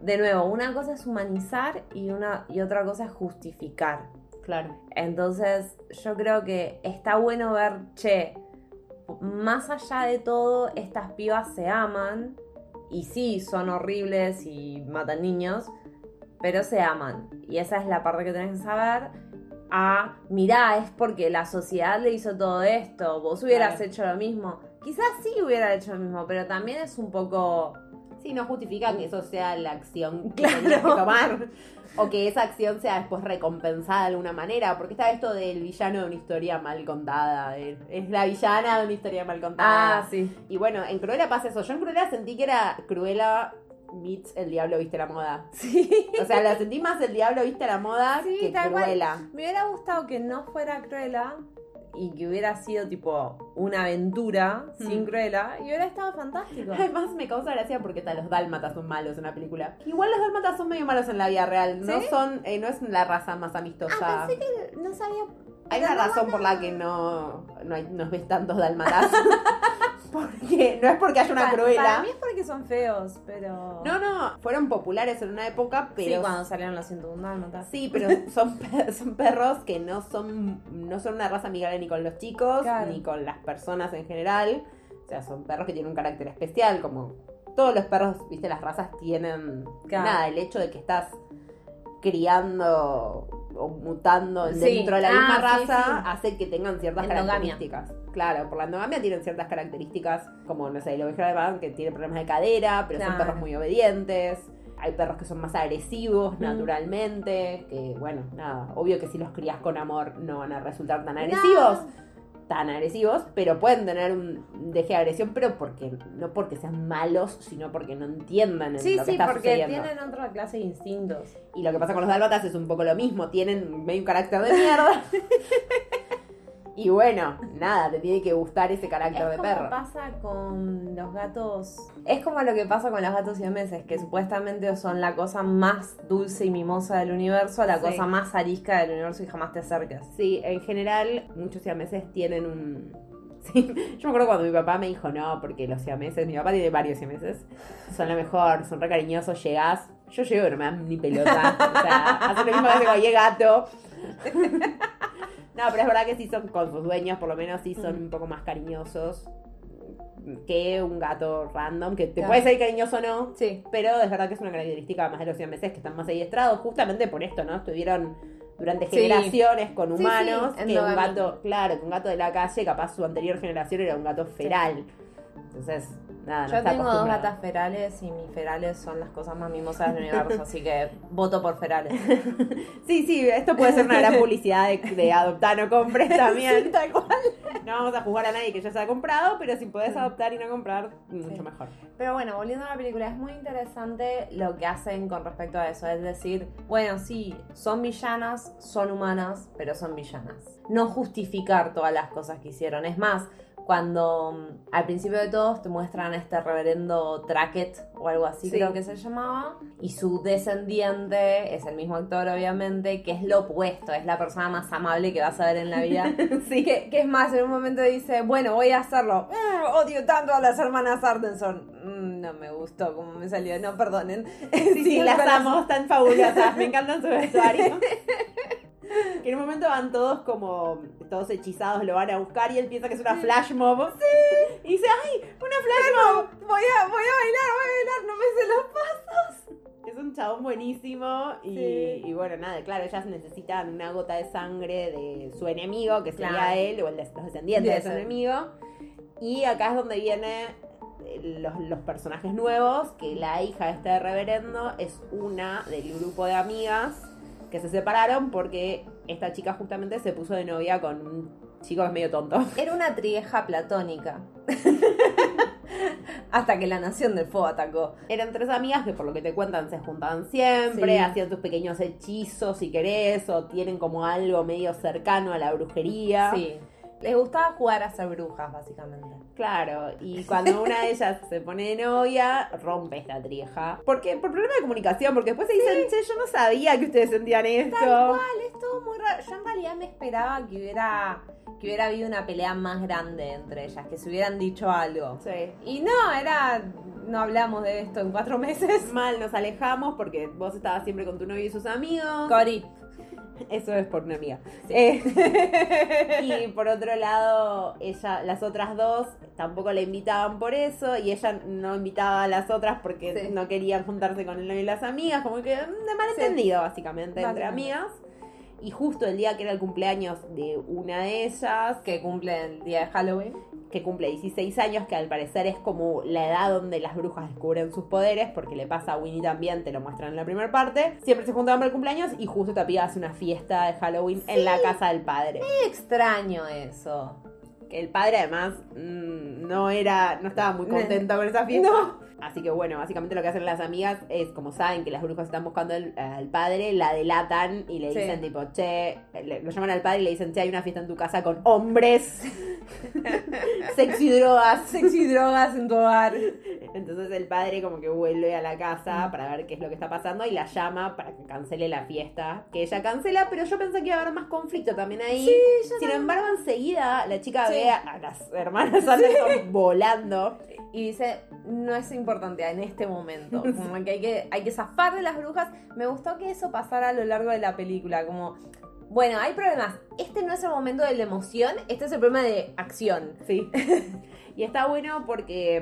Speaker 2: de nuevo, una cosa es humanizar y, una, y otra cosa es justificar.
Speaker 1: Claro.
Speaker 2: Entonces, yo creo que está bueno ver, che, más allá de todo, estas pibas se aman. Y sí, son horribles y matan niños, pero se aman. Y esa es la parte que tenés que saber. A, mirá, es porque la sociedad le hizo todo esto. Vos hubieras
Speaker 1: Claro.
Speaker 2: hecho lo mismo. Quizás sí hubiera hecho lo mismo, pero también es un poco.
Speaker 1: Sí, no justifica que eso sea la acción que
Speaker 2: Claro.
Speaker 1: tenías que tomar. O que esa acción sea después recompensada de alguna manera. Porque está esto del villano de una historia mal contada. de- es la villana de una historia mal contada.
Speaker 2: Ah, sí.
Speaker 1: Y bueno, en Cruella pasa eso. Yo en Cruella sentí que era Cruella meets el diablo viste la moda.
Speaker 2: Sí.
Speaker 1: O sea, la sentí más el diablo viste la moda
Speaker 2: Sí,
Speaker 1: que
Speaker 2: tal cual.
Speaker 1: Cruella.
Speaker 2: Me hubiera gustado que no fuera Cruella y que hubiera sido tipo una aventura
Speaker 1: Hmm.
Speaker 2: sin Cruella y hubiera estado fantástico.
Speaker 1: Además me causa gracia porque hasta los dálmatas son malos en la película. Igual los dálmatas son medio malos en la vida real. No
Speaker 2: ¿Sí?
Speaker 1: son, eh, no es la raza más amistosa.
Speaker 2: Ah, pensé que no sabía.
Speaker 1: Hay
Speaker 2: Pero
Speaker 1: una
Speaker 2: no
Speaker 1: razón por la que no, no hay- nos ves tantos dalmatas. porque no es porque haya una
Speaker 2: pa- Para
Speaker 1: cruela.
Speaker 2: mí es porque son feos, pero.
Speaker 1: No, no, fueron populares en una época,
Speaker 2: Sí,
Speaker 1: pero
Speaker 2: cuando salieron los 101 dálmatas.
Speaker 1: Sí, pero son, pe- son perros que no son, no son una raza amigable ni con los chicos,
Speaker 2: Claro.
Speaker 1: ni con las personas en general. O sea, son perros que tienen un carácter especial, como todos los perros, viste, las razas tienen
Speaker 2: Claro.
Speaker 1: nada, el hecho de que estás criando o mutando
Speaker 2: Sí.
Speaker 1: dentro de la
Speaker 2: Ah,
Speaker 1: misma
Speaker 2: sí,
Speaker 1: raza
Speaker 2: sí.
Speaker 1: hace que tengan ciertas
Speaker 2: Endogamia.
Speaker 1: características. Claro, por la endogamia tienen ciertas características, como, no sé, el ovejero alemán que tiene problemas de cadera, pero son
Speaker 2: Claro.
Speaker 1: perros muy obedientes. Hay perros que son más agresivos
Speaker 2: Mm.
Speaker 1: naturalmente, que bueno, nada, obvio que si los crías con amor no van a resultar tan agresivos, tan agresivos, pero pueden tener un deje de agresión, pero porque no porque sean malos, sino porque no entiendan
Speaker 2: No. Sí,
Speaker 1: lo que
Speaker 2: sí,
Speaker 1: está
Speaker 2: porque
Speaker 1: sucediendo.
Speaker 2: tienen otra clase de instintos.
Speaker 1: Y lo que pasa con los dálmatas es un poco lo mismo, tienen medio un carácter de mierda. y bueno, nada, te tiene que gustar ese
Speaker 2: Es
Speaker 1: carácter de
Speaker 2: como
Speaker 1: perro.
Speaker 2: pasa con los gatos. Es como lo que pasa con los gatos siameses, que supuestamente son la cosa más dulce y mimosa del universo, la
Speaker 1: Sí.
Speaker 2: cosa más arisca del universo y jamás te acercas.
Speaker 1: Sí, en general muchos siameses tienen un Sí, yo me acuerdo cuando mi papá me dijo, no, porque los siameses, mi papá tiene varios siameses, son lo mejor, son re cariñosos, llegás. Yo llego, no me dan ni pelota. O sea, hacen lo mismo que hace cualquier gato. No, pero es verdad que sí son con sus dueños, por lo menos sí son
Speaker 2: Mm.
Speaker 1: un poco más cariñosos que un gato random, que te
Speaker 2: Claro.
Speaker 1: puede ser cariñoso o no,
Speaker 2: Sí.
Speaker 1: pero es verdad que es una característica más de los siameses que están más adiestrados justamente por esto, ¿no? Estuvieron durante
Speaker 2: Sí.
Speaker 1: generaciones con
Speaker 2: Sí,
Speaker 1: humanos,
Speaker 2: sí,
Speaker 1: que un
Speaker 2: endogamia.
Speaker 1: gato, claro, que un gato de la calle, capaz su anterior generación era un gato feral. Entonces, nada, no
Speaker 2: Yo
Speaker 1: está
Speaker 2: tengo dos
Speaker 1: acostumbrado.
Speaker 2: gatas ferales y mis ferales son las cosas más mimosas del universo, así que voto por ferales.
Speaker 1: Sí, sí, esto puede ser una gran publicidad de, de adoptar o compres también. No vamos a juzgar a nadie que ya se ha comprado, pero si podés
Speaker 2: Sí.
Speaker 1: adoptar y no comprar, mucho
Speaker 2: Sí.
Speaker 1: mejor.
Speaker 2: Pero bueno, volviendo a la película, es muy interesante lo que hacen con respecto a eso. Es decir, bueno, sí, son villanas, son humanas, pero son villanas. No justificar todas las cosas que hicieron. Es más, cuando mm, al principio de todos te muestran a este reverendo Trackett o algo así,
Speaker 1: Sí.
Speaker 2: creo que se llamaba, y su descendiente es el mismo actor, obviamente, que es lo opuesto, es la persona más amable que vas a ver en la vida.
Speaker 1: Sí,
Speaker 2: Que, que es más, en un momento dice, bueno, voy a hacerlo. Mm, odio tanto a las hermanas Ardenson. Mm, no me gustó como me salió. No, perdonen.
Speaker 1: sí, sí, las amo, tan fabulosas, me encantan su vestuario. Que en un momento van todos como, todos hechizados, lo van a buscar y él piensa que es una flash mob. Sí. Y dice, ¡ay, una flash mob!
Speaker 2: Voy a, voy a bailar, voy a bailar. No me sé los...
Speaker 1: Es un chabón buenísimo y,
Speaker 2: Sí.
Speaker 1: y bueno, nada, claro, ellas necesitan una gota de sangre de su enemigo, que sería
Speaker 2: Claro.
Speaker 1: él, o el de- los descendientes de,
Speaker 2: De
Speaker 1: su
Speaker 2: ese.
Speaker 1: enemigo. Y acá es donde vienen los, los personajes nuevos, que la hija de este reverendo es una del grupo de amigas que se separaron porque esta chica justamente se puso de novia con un chico que es medio tonto.
Speaker 2: Era una trieja platónica. Hasta que la nación del fuego atacó.
Speaker 1: Eran tres amigas que por lo que te cuentan se juntaban siempre,
Speaker 2: Sí.
Speaker 1: hacían tus pequeños hechizos si querés, o tienen como algo medio cercano a la brujería.
Speaker 2: Sí. Les gustaba jugar a ser brujas, básicamente.
Speaker 1: Claro, y cuando una de ellas se pone de novia, rompe esta trieja. Porque por problema de comunicación, porque después se dicen, che, yo no sabía que ustedes sentían esto.
Speaker 2: Es todo muy raro. Yo en realidad me esperaba que hubiera, que hubiera habido una pelea más grande entre ellas, que se hubieran dicho algo.
Speaker 1: Sí.
Speaker 2: Y no, era. No hablamos de esto en cuatro meses.
Speaker 1: Mal, nos alejamos porque vos estabas siempre con tu novio y sus amigos.
Speaker 2: Cori.
Speaker 1: Eso es por una amiga.
Speaker 2: Sí.
Speaker 1: Eh, y por otro lado, ella, las otras dos tampoco la invitaban por eso y ella no invitaba a las otras porque
Speaker 2: Sí.
Speaker 1: no querían juntarse con él y las amigas, como que mm, de malentendido básicamente entre
Speaker 2: Básicamente.
Speaker 1: amigas. Y justo el día que era el cumpleaños de una de ellas,
Speaker 2: Que cumple el día de Halloween.
Speaker 1: que cumple 16 años, que al parecer es como la edad donde las brujas descubren sus poderes, porque le pasa a Winnie también, te lo muestran en la primera parte. Siempre se juntaban para el cumpleaños y justo esta piba hace una fiesta de Halloween en la casa del padre.
Speaker 2: Qué extraño eso.
Speaker 1: Que el padre además mm, no era, no estaba muy contento con esa fiesta. Así que bueno, básicamente lo que hacen las amigas es, como saben que las brujas están buscando al, al padre, la delatan y le
Speaker 2: Sí.
Speaker 1: dicen tipo, che, le- lo llaman al padre y le dicen, che, hay una fiesta en tu casa con hombres, sexo y drogas.
Speaker 2: Sexo y drogas en tu hogar.
Speaker 1: Entonces el padre como que vuelve a la casa para ver qué es lo que está pasando y la llama para que cancele la fiesta, que ella cancela, pero yo pensé que iba a haber más conflicto también ahí. Sin embargo, enseguida la chica
Speaker 2: Sí.
Speaker 1: ve a las hermanas Anderson volando.
Speaker 2: Y dice, no es importante en este momento. Como que hay, que hay que zafar de las brujas. Me gustó que eso pasara a lo largo de la película. Como, bueno, hay problemas. Este no es el momento de la emoción, este es el problema de acción.
Speaker 1: Sí. Y está bueno porque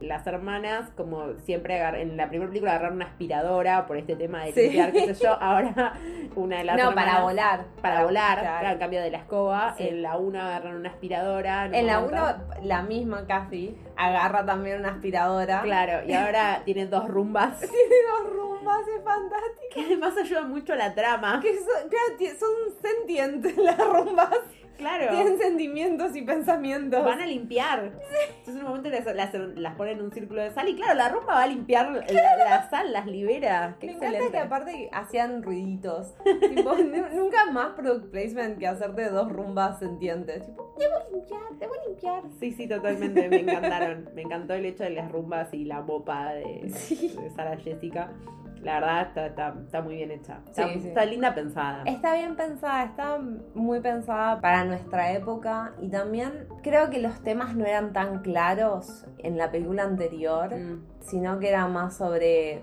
Speaker 1: mm, las hermanas, como siempre agar- en la primera película agarraron una aspiradora por este tema de
Speaker 2: Sí.
Speaker 1: limpiar, qué sé yo, ahora una de las
Speaker 2: no,
Speaker 1: hermanas-
Speaker 2: para volar.
Speaker 1: Para volar,
Speaker 2: claro.
Speaker 1: claro, en cambio de la escoba,
Speaker 2: Sí.
Speaker 1: en la 1 agarraron una aspiradora. un
Speaker 2: En la
Speaker 1: momento.
Speaker 2: 1, la misma Kathy agarra también una aspiradora.
Speaker 1: Claro, y ahora tiene dos rumbas
Speaker 2: Tiene dos rumbas, es fantástico.
Speaker 1: que además ayudan mucho a la trama.
Speaker 2: Que son, claro, ti- son sentientes las rumbas.
Speaker 1: Claro,
Speaker 2: Tienen sentimientos y pensamientos.
Speaker 1: van a limpiar. Entonces en un momento las, las- las ponen en un círculo de sal y claro, la rumba va a limpiar la- la, sal, las libera. Qué
Speaker 2: Me encanta
Speaker 1: excelente.
Speaker 2: que aparte hacían ruiditos. Tipo, nu- nunca más product placement que hacerte dos rumbas sentientes. Tipo, debo limpiar, debo limpiar.
Speaker 1: Sí, sí, totalmente, me encantaron. Me encantó el hecho de las rumbas y la mopa de,
Speaker 2: Sí.
Speaker 1: de Sara Jessica. La verdad está, está, está muy bien hecha. Está,
Speaker 2: Sí, sí.
Speaker 1: está linda pensada.
Speaker 2: Está bien pensada, está muy pensada para nuestra época y también creo que los temas no eran tan claros en la película anterior,
Speaker 1: Mm.
Speaker 2: sino que era más sobre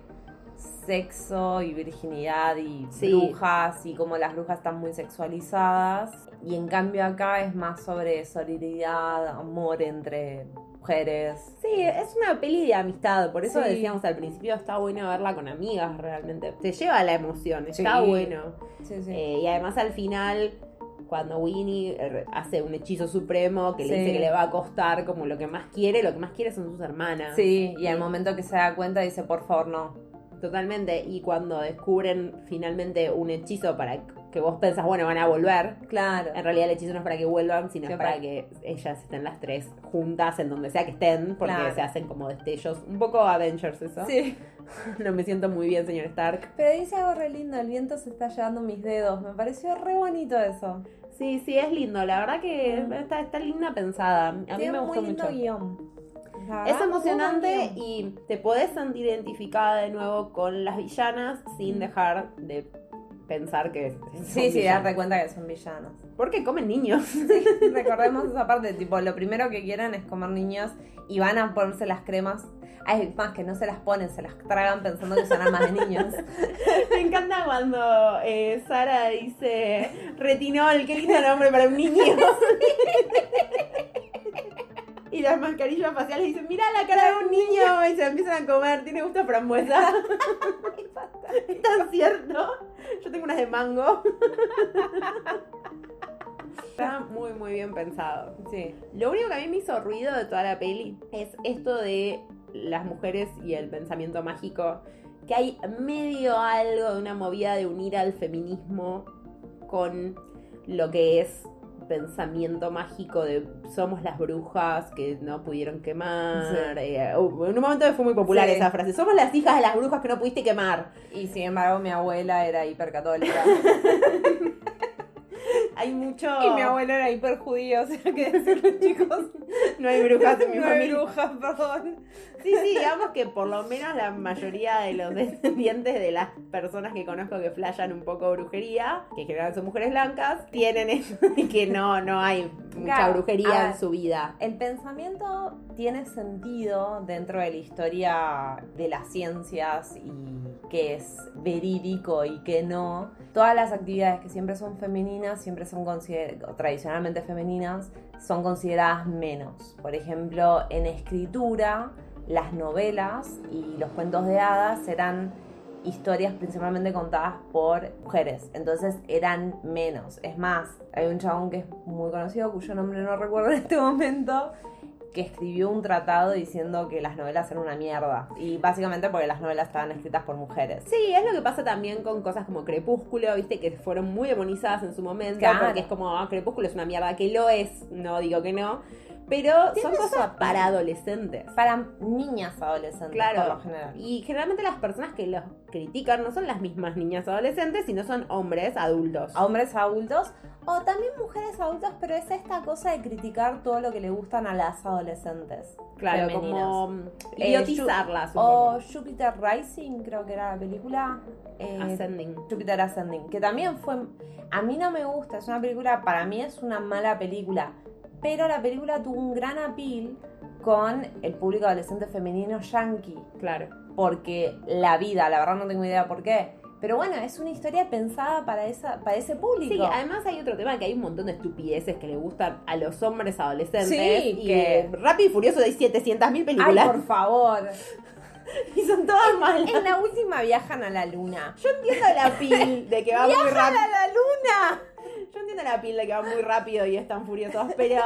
Speaker 2: sexo y virginidad y
Speaker 1: Sí.
Speaker 2: brujas y cómo las brujas están muy sexualizadas y en cambio acá es más sobre solidaridad, amor entre mujeres.
Speaker 1: Sí, es una peli de amistad, por eso
Speaker 2: Sí.
Speaker 1: decíamos al principio, está bueno verla con amigas realmente. Te lleva la emoción, está
Speaker 2: Sí.
Speaker 1: bueno.
Speaker 2: Sí, sí.
Speaker 1: Eh, y además al final, cuando Winnie eh, hace un hechizo supremo que le
Speaker 2: Sí.
Speaker 1: dice que le va a costar como lo que más quiere, lo que más quiere son sus hermanas.
Speaker 2: eh, Sí, y al momento que se da cuenta dice, por favor, no.
Speaker 1: Totalmente. Y cuando descubren finalmente un hechizo para que vos pensás, bueno, van a volver.
Speaker 2: Claro.
Speaker 1: En realidad el hechizo no es para que vuelvan, sino
Speaker 2: Sí,
Speaker 1: es para
Speaker 2: para-
Speaker 1: que ellas estén las tres juntas en donde sea que estén, porque
Speaker 2: Claro.
Speaker 1: se hacen como destellos. Un poco Avengers eso.
Speaker 2: Sí.
Speaker 1: No me siento muy bien, señor Stark.
Speaker 2: Pero dice algo re lindo, el viento se está llevando mis dedos. Me pareció re bonito eso.
Speaker 1: Sí, sí, es lindo. La verdad que
Speaker 2: Mm.
Speaker 1: está, está linda pensada. A mí
Speaker 2: Tiene
Speaker 1: me
Speaker 2: un
Speaker 1: gustó
Speaker 2: muy lindo
Speaker 1: mucho.
Speaker 2: guión. La
Speaker 1: Es
Speaker 2: verdad, muy
Speaker 1: emocionante
Speaker 2: buen guión.
Speaker 1: y te podés sentir identificada de nuevo con las villanas sin
Speaker 2: Mm.
Speaker 1: dejar de pensar que son
Speaker 2: Sí, sí,
Speaker 1: villanas.
Speaker 2: darte cuenta que son villanos.
Speaker 1: Porque comen niños.
Speaker 2: Recordemos esa parte, tipo, lo primero que quieren es comer niños y van a ponerse las cremas. Ay, más que no se las ponen, se las tragan pensando que son armas de niños.
Speaker 1: Me encanta cuando eh, Sara dice retinol, qué lindo nombre para un niño. Y las mascarillas faciales dicen, mirá la cara de un niño. Y se empiezan a comer, tiene gusto a frambuesa. ¿Es tan cierto? Yo tengo unas de mango. Está muy, muy bien pensado.
Speaker 2: Sí.
Speaker 1: Lo único que a mí me hizo ruido de toda la peli es esto de las mujeres y el pensamiento mágico. Que hay medio algo de una movida de unir al feminismo con lo que es pensamiento mágico de somos las brujas que no pudieron quemar.
Speaker 2: Sí.
Speaker 1: Eh, uh, en un momento fue muy popular
Speaker 2: Sí.
Speaker 1: esa frase. Somos las hijas de las brujas que no pudiste quemar.
Speaker 2: Y sin embargo, mi abuela era hipercatólica.
Speaker 1: Hay mucho...
Speaker 2: y mi abuelo era hiperjudío, o sea que decirle, chicos,
Speaker 1: No hay brujas en mi
Speaker 2: no hay
Speaker 1: familia.
Speaker 2: brujas, perdón.
Speaker 1: Sí, sí, digamos que por lo menos la mayoría de los descendientes de las personas que conozco que flashan un poco brujería, que en general son mujeres blancas, tienen eso de que no, no hay mucha
Speaker 2: Claro, a
Speaker 1: brujería
Speaker 2: ver.
Speaker 1: en su vida.
Speaker 2: El pensamiento tiene sentido dentro de la historia de las ciencias y qué es verídico y qué no. Todas las actividades que siempre son femeninas, siempre son consider- o tradicionalmente femeninas, son consideradas menos. Por ejemplo, en escritura, las novelas y los cuentos de hadas eran historias principalmente contadas por mujeres, entonces eran menos. Es más, hay un chabón que es muy conocido, cuyo nombre no recuerdo en este momento, que escribió un tratado diciendo que las novelas eran una mierda. Y básicamente porque las novelas estaban escritas por mujeres.
Speaker 1: Sí, es lo que pasa también con cosas como Crepúsculo, viste, que fueron muy demonizadas en su momento,
Speaker 2: Claro.
Speaker 1: porque es como, ah, Crepúsculo es una mierda, que lo es, no digo que no, pero son
Speaker 2: Tiene
Speaker 1: cosas para adolescentes.
Speaker 2: Para niñas adolescentes,
Speaker 1: Claro.
Speaker 2: por lo general.
Speaker 1: Y generalmente las personas que los critican no son las mismas niñas adolescentes, sino son hombres adultos.
Speaker 2: A hombres adultos o también mujeres adultas, pero es esta cosa de criticar todo lo que le gustan a las adolescentes.
Speaker 1: Claro,
Speaker 2: femeninas.
Speaker 1: como mm,
Speaker 2: Eh,
Speaker 1: idiotizarlas un
Speaker 2: O
Speaker 1: poco.
Speaker 2: Oh, Jupiter Rising, creo que era la película. eh,
Speaker 1: Ascending.
Speaker 2: Jupiter Ascending, que también fue. A mí no me gusta, es una película, para mí es una mala película, pero la película tuvo un gran appeal con el público adolescente femenino yankee,
Speaker 1: Claro.
Speaker 2: porque la vida, la verdad no tengo idea por qué, pero bueno, es una historia pensada para, esa, para ese público.
Speaker 1: Sí, además hay otro tema que hay un montón de estupideces que le gustan a los hombres adolescentes.
Speaker 2: Sí,
Speaker 1: y
Speaker 2: que-
Speaker 1: eh, Rápido y Furioso hay 700.000
Speaker 2: Ay,
Speaker 1: películas.
Speaker 2: por favor.
Speaker 1: Y son todas malas.
Speaker 2: En la última viajan a la luna.
Speaker 1: Yo entiendo la pil de que va muy
Speaker 2: ¡Viajan
Speaker 1: rápido.
Speaker 2: a la luna!
Speaker 1: Yo entiendo la pil de que va muy rápido y están furiosos, pero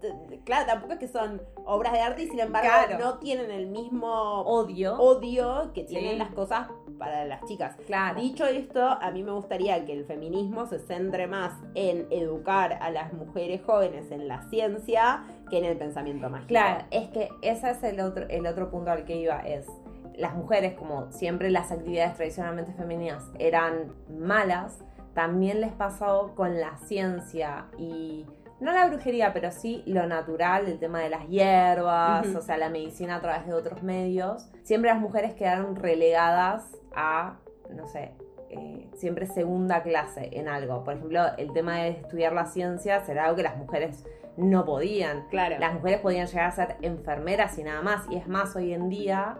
Speaker 1: t- t- claro, tampoco es que son obras de arte y sin embargo
Speaker 2: Claro.
Speaker 1: no tienen el mismo
Speaker 2: Odio.
Speaker 1: odio que tienen
Speaker 2: Sí.
Speaker 1: las cosas para las chicas.
Speaker 2: Claro.
Speaker 1: Dicho esto, a mí me gustaría que el feminismo se centre más en educar a las mujeres jóvenes en la ciencia que en el pensamiento mágico.
Speaker 2: Claro, es que ese es el otro, el otro punto al que iba, es las mujeres, como siempre las actividades tradicionalmente femeninas eran malas, también les pasó con la ciencia y no la brujería, pero sí lo natural, el tema de las hierbas,
Speaker 1: Ujú.
Speaker 2: o sea, la medicina a través de otros medios. Siempre las mujeres quedaron relegadas a, no sé, eh, siempre segunda clase en algo. Por ejemplo, el tema de estudiar la ciencia era algo que las mujeres no podían.
Speaker 1: Claro.
Speaker 2: Las mujeres podían llegar a ser enfermeras y nada más. Y es más, hoy en día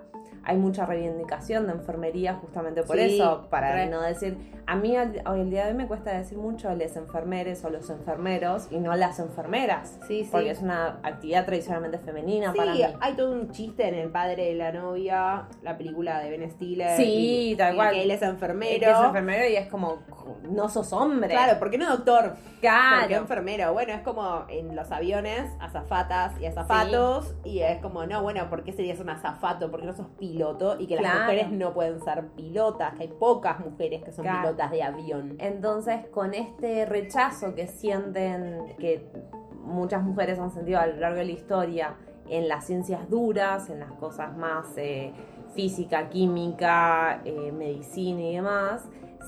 Speaker 2: hay mucha reivindicación de enfermería justamente por
Speaker 1: Sí,
Speaker 2: eso. Para
Speaker 1: re.
Speaker 2: no decir. A mí al- hoy el día de hoy me cuesta decir mucho les enfermeres o los enfermeros y no las enfermeras.
Speaker 1: Sí, sí.
Speaker 2: Porque es una actividad tradicionalmente femenina para
Speaker 1: Sí,
Speaker 2: mí.
Speaker 1: hay todo un chiste en El padre de la novia, la película de Ben Stiller.
Speaker 2: Sí,
Speaker 1: y-
Speaker 2: tal
Speaker 1: y
Speaker 2: cual.
Speaker 1: Que él es
Speaker 2: Es
Speaker 1: enfermero.
Speaker 2: que es enfermero y es como, no sos hombre.
Speaker 1: Claro, ¿por qué no doctor? Porque
Speaker 2: claro.
Speaker 1: enfermero? Bueno, es como en los aviones, azafatas y azafatos. Y es como, no, bueno, ¿por qué serías un azafato? ¿Por qué no sos piloto? Y que las
Speaker 2: Claro.
Speaker 1: mujeres no pueden ser pilotas, que hay pocas mujeres que son
Speaker 2: Claro.
Speaker 1: pilotas de avión.
Speaker 2: Entonces, con este rechazo que sienten, que muchas mujeres han sentido a lo largo de la historia en las ciencias duras, en las cosas más eh, física, química, eh, medicina y demás,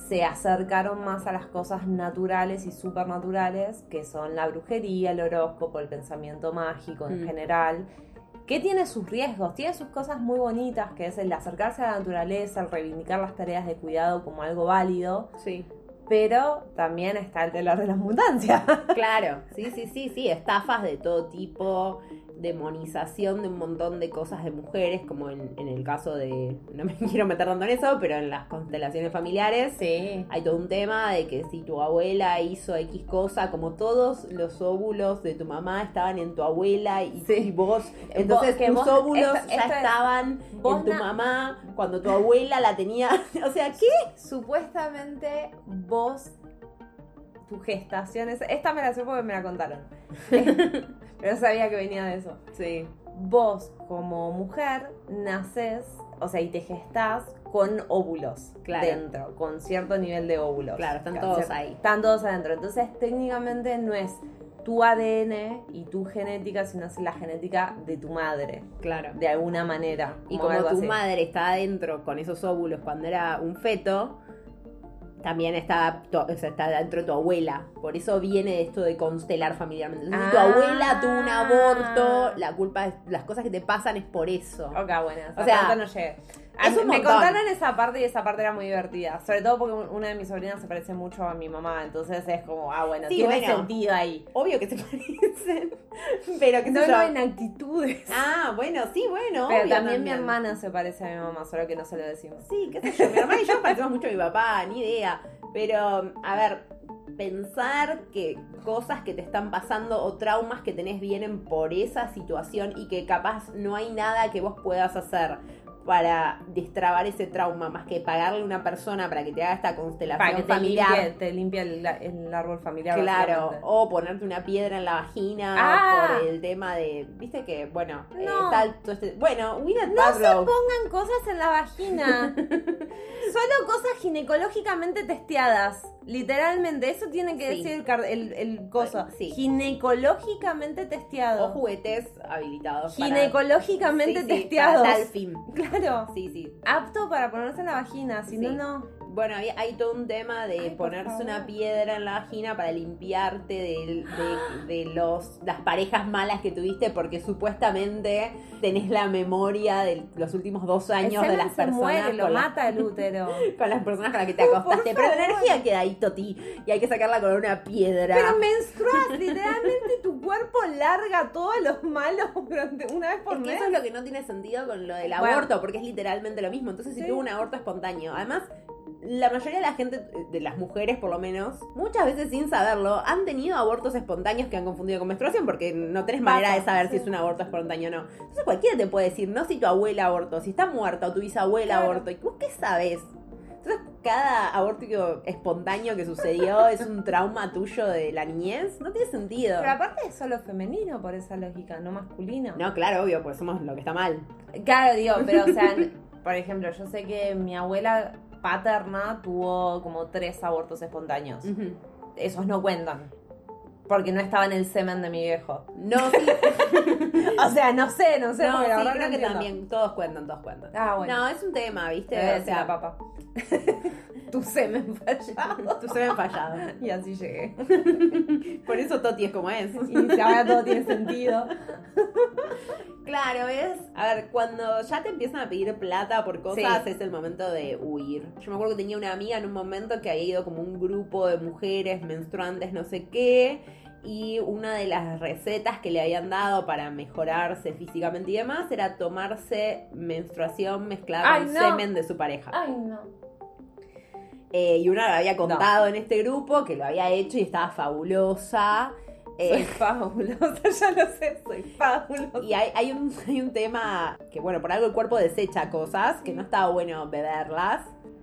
Speaker 2: se acercaron más a las cosas naturales y supernaturales, que son la brujería, el horóscopo, el pensamiento mágico en
Speaker 1: Mm.
Speaker 2: general, que tiene sus riesgos, tiene sus cosas muy bonitas, que es el acercarse a la naturaleza, el reivindicar las tareas de cuidado como algo válido,
Speaker 1: Sí.
Speaker 2: pero también está el telor de las abundancia.
Speaker 1: Claro, sí, sí, sí, sí, estafas de todo tipo, demonización de un montón de cosas de mujeres, como en, en el caso de, no me quiero meter tanto en eso, pero en las constelaciones familiares.
Speaker 2: Sí.
Speaker 1: Hay todo un tema de que si tu abuela hizo X cosa, como todos los óvulos de tu mamá estaban en tu abuela y,
Speaker 2: Sí.
Speaker 1: y vos, entonces
Speaker 2: que
Speaker 1: tus
Speaker 2: vos-
Speaker 1: óvulos
Speaker 2: esto-
Speaker 1: ya
Speaker 2: esto es-
Speaker 1: estaban
Speaker 2: vos
Speaker 1: en tu
Speaker 2: na-
Speaker 1: mamá cuando tu abuela la tenía. o sea, ¿qué?
Speaker 2: Supuestamente vos, tu gestación, es- esta me la sé porque me la contaron, pero no sabía que venía de eso.
Speaker 1: Sí,
Speaker 2: Vos como mujer naces, o sea, y te gestás con óvulos
Speaker 1: Claro.
Speaker 2: dentro, con cierto nivel de óvulos.
Speaker 1: claro, están
Speaker 2: Con
Speaker 1: todos
Speaker 2: cierto-
Speaker 1: ahí.
Speaker 2: Están todos adentro. Entonces, técnicamente no es tu ADN y tu genética, sino es la genética de tu madre,
Speaker 1: Claro.
Speaker 2: de alguna manera.
Speaker 1: Y como
Speaker 2: algo
Speaker 1: tu
Speaker 2: así.
Speaker 1: madre está adentro con esos óvulos cuando era un feto, también está, tu- o sea, está dentro tu abuela. Por eso viene esto de constelar familiarmente. Entonces, si tu
Speaker 2: Ah.
Speaker 1: abuela tuvo un aborto, la culpa es, las cosas que te pasan es por eso.
Speaker 2: Ok, bueno, esa
Speaker 1: O sea,
Speaker 2: parte no llegué.
Speaker 1: es
Speaker 2: A-
Speaker 1: un
Speaker 2: me
Speaker 1: montón.
Speaker 2: contaron esa parte y esa parte era muy divertida. Sobre todo porque una de mis sobrinas se parece mucho a mi mamá. Entonces es como, ah, bueno,
Speaker 1: Sí,
Speaker 2: tiene
Speaker 1: bueno.
Speaker 2: sentido ahí.
Speaker 1: Obvio que se parecen, pero que
Speaker 2: No, no en actitudes.
Speaker 1: Ah, bueno, sí, bueno.
Speaker 2: Pero
Speaker 1: obvio
Speaker 2: también, mi hermana se parece a mi mamá, solo que no se lo decimos.
Speaker 1: Sí, qué sé yo, mi hermana y yo parecemos mucho a mi papá, ni idea. Pero, a ver, pensar que cosas que te están pasando o traumas que tenés vienen por esa situación y que capaz no hay nada que vos puedas hacer para destrabar ese trauma, más que pagarle a una persona para que te haga esta constelación
Speaker 2: Para que te
Speaker 1: familiar.
Speaker 2: limpie, te limpie el, el árbol familiar.
Speaker 1: Claro,
Speaker 2: básicamente.
Speaker 1: o ponerte una piedra en la vagina
Speaker 2: Ah.
Speaker 1: por el tema de, viste que, bueno, eh,
Speaker 2: No.
Speaker 1: tal, todo este- bueno, Gwyneth
Speaker 2: No se
Speaker 1: Paltrow.
Speaker 2: pongan cosas en la vagina. Solo cosas ginecológicamente testeadas. Literalmente, eso tiene
Speaker 1: Sí.
Speaker 2: que
Speaker 1: Eh,
Speaker 2: decir el, car- el, el coso.
Speaker 1: Sí.
Speaker 2: Ginecológicamente
Speaker 1: o
Speaker 2: testeado.
Speaker 1: juguetes habilitados para Sí,
Speaker 2: ginecológicamente
Speaker 1: sí,
Speaker 2: testeados.
Speaker 1: para tal fin.
Speaker 2: Claro.
Speaker 1: Sí, sí.
Speaker 2: Apto para ponerse en la vagina, si no,
Speaker 1: Sí.
Speaker 2: no.
Speaker 1: Bueno, había- hay todo un tema de
Speaker 2: Ay, por
Speaker 1: ponerse
Speaker 2: favor.
Speaker 1: una piedra en la vagina para limpiarte del- de, de los, las parejas malas que tuviste porque supuestamente tenés la memoria de los últimos dos años
Speaker 2: El
Speaker 1: de
Speaker 2: semen
Speaker 1: las
Speaker 2: se
Speaker 1: personas
Speaker 2: muere, lo
Speaker 1: con, las-
Speaker 2: mata el útero.
Speaker 1: con las personas con las que te
Speaker 2: Ay, por
Speaker 1: acostaste. Pero la
Speaker 2: favor.
Speaker 1: energía queda ahí, Toti, y hay que sacarla con una piedra.
Speaker 2: Pero menstruas, literalmente tu cuerpo larga todos los malos durante una vez por
Speaker 1: Es que
Speaker 2: mes.
Speaker 1: eso es lo que no tiene sentido con lo del
Speaker 2: Bueno.
Speaker 1: aborto, porque es literalmente lo mismo. Entonces, si
Speaker 2: Sí.
Speaker 1: tuvo un aborto espontáneo, además, la mayoría de la gente, de las mujeres por lo menos, muchas veces sin saberlo, han tenido abortos espontáneos que han confundido con menstruación, porque no tenés
Speaker 2: Pasa,
Speaker 1: manera de saber si
Speaker 2: sí.
Speaker 1: es un aborto espontáneo o no. Entonces, cualquiera te puede decir, no si tu abuela abortó, si está muerta o tu bisabuela
Speaker 2: Claro.
Speaker 1: abortó. ¿Y vos qué sabés? Entonces, cada aborto espontáneo que sucedió es un trauma tuyo de la niñez. No tiene sentido.
Speaker 2: Pero aparte es solo femenino por esa lógica, no masculino.
Speaker 1: No, claro, obvio, pues somos lo que está mal.
Speaker 2: Claro, digo, pero o sea, n- por ejemplo, yo sé que mi abuela paterna tuvo como tres abortos espontáneos.
Speaker 1: Ujú.
Speaker 2: Esos no cuentan. Porque no estaba en el semen de mi viejo.
Speaker 1: No, sí,
Speaker 2: O sea, no sé, no sé.
Speaker 1: no,
Speaker 2: porque la
Speaker 1: sí,
Speaker 2: verdad
Speaker 1: creo que
Speaker 2: entiendo.
Speaker 1: también todos cuentan, todos cuentan.
Speaker 2: Ah, bueno.
Speaker 1: No, es un tema, ¿viste?
Speaker 2: Te voy a
Speaker 1: o
Speaker 2: decir la
Speaker 1: sea,
Speaker 2: papa. tu semen fallado.
Speaker 1: Tu semen fallado.
Speaker 2: Y así llegué.
Speaker 1: Por eso Toti es como es.
Speaker 2: Y ahora todo tiene sentido.
Speaker 1: Claro, es. A ver, cuando ya te empiezan a pedir plata por cosas,
Speaker 2: Sí.
Speaker 1: es el momento de huir. Yo me acuerdo que tenía una amiga en un momento que había ido como un grupo de mujeres menstruantes, no sé qué. Y una de las recetas que le habían dado para mejorarse físicamente y demás era tomarse menstruación mezclada
Speaker 3: Ay,
Speaker 1: con
Speaker 3: no.
Speaker 1: semen de su pareja.
Speaker 3: Ay, no.
Speaker 1: Eh, y una lo había contado en este grupo que lo había hecho y estaba fabulosa.
Speaker 2: Soy
Speaker 1: Eh,
Speaker 2: fabulosa, ya lo sé, soy fabulosa.
Speaker 1: y hay, hay un, hay un tema que, bueno, por algo el cuerpo desecha cosas, que no está bueno beberlas,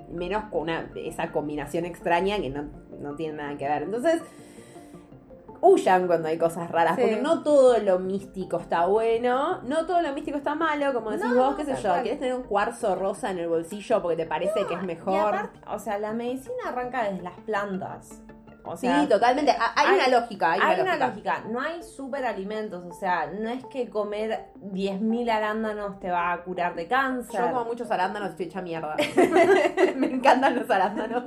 Speaker 1: menos con una, esa combinación extraña que no, no tiene nada que ver. Entonces, huyan cuando hay cosas raras,
Speaker 2: Sí.
Speaker 1: porque no todo lo místico está bueno, no todo lo místico está malo, como decís
Speaker 2: No,
Speaker 1: vos, qué sé
Speaker 2: tal
Speaker 1: yo,
Speaker 2: cual.
Speaker 1: quieres tener un cuarzo rosa en el bolsillo porque te parece que es
Speaker 2: Y
Speaker 1: mejor.
Speaker 2: aparte, o sea, la medicina arranca desde las plantas. O
Speaker 1: Sí,
Speaker 2: sea,
Speaker 1: totalmente. Ha- Hay,
Speaker 2: hay-
Speaker 1: una lógica. Hay,
Speaker 2: hay una lógica. No hay superalimentos. O sea, no es que comer 10.000 arándanos te va a curar de cáncer.
Speaker 1: Yo como muchos arándanos estoy hecha mierda. Me encantan los arándanos.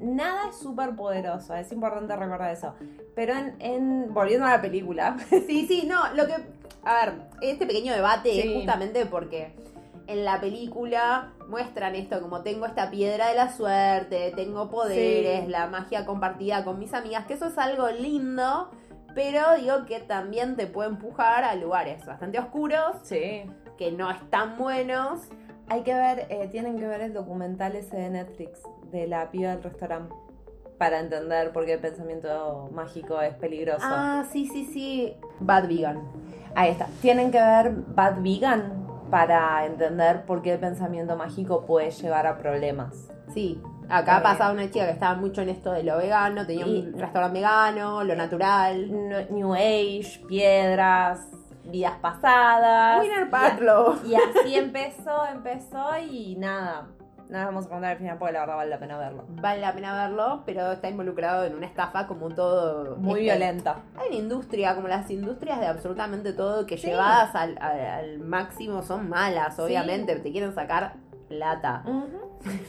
Speaker 2: Nada es súper poderoso. Es importante recordar eso. Pero en, en- volviendo a la película.
Speaker 1: Sí, sí, no, lo que... A ver, este pequeño debate
Speaker 2: Sí.
Speaker 1: es justamente porque en la película muestran esto, como tengo esta piedra de la suerte, tengo poderes,
Speaker 2: Sí.
Speaker 1: la magia compartida con mis amigas, que eso es algo lindo, pero digo que también te puede empujar a lugares bastante oscuros,
Speaker 2: Sí.
Speaker 1: que no están buenos.
Speaker 2: Hay que ver, eh, tienen que ver el documental ese de Netflix de la piba del restaurante para entender por qué el pensamiento mágico es peligroso.
Speaker 1: Ah, sí, sí, sí. Bad Vegan.
Speaker 2: Ahí está. Tienen que ver Bad Vegan para entender por qué el pensamiento mágico puede llevar a problemas.
Speaker 1: Sí, acá
Speaker 2: Eh,
Speaker 1: pasaba una chica que estaba mucho en esto de lo vegano, tenía
Speaker 2: y-
Speaker 1: un restaurante vegano, lo natural.
Speaker 2: No- New Age, piedras, vidas pasadas.
Speaker 1: Winner
Speaker 2: Y-
Speaker 1: Patlow.
Speaker 2: Y así empezó, empezó y nada. Nada vamos a contar al final porque la verdad vale la pena verlo.
Speaker 1: Vale la pena verlo, pero está involucrado en una estafa como todo.
Speaker 2: Muy
Speaker 1: este,
Speaker 2: violenta.
Speaker 1: Hay una industria, como las industrias de absolutamente todo, que
Speaker 2: Sí.
Speaker 1: llevadas al, al- al máximo son malas, obviamente, te quieren sacar plata. No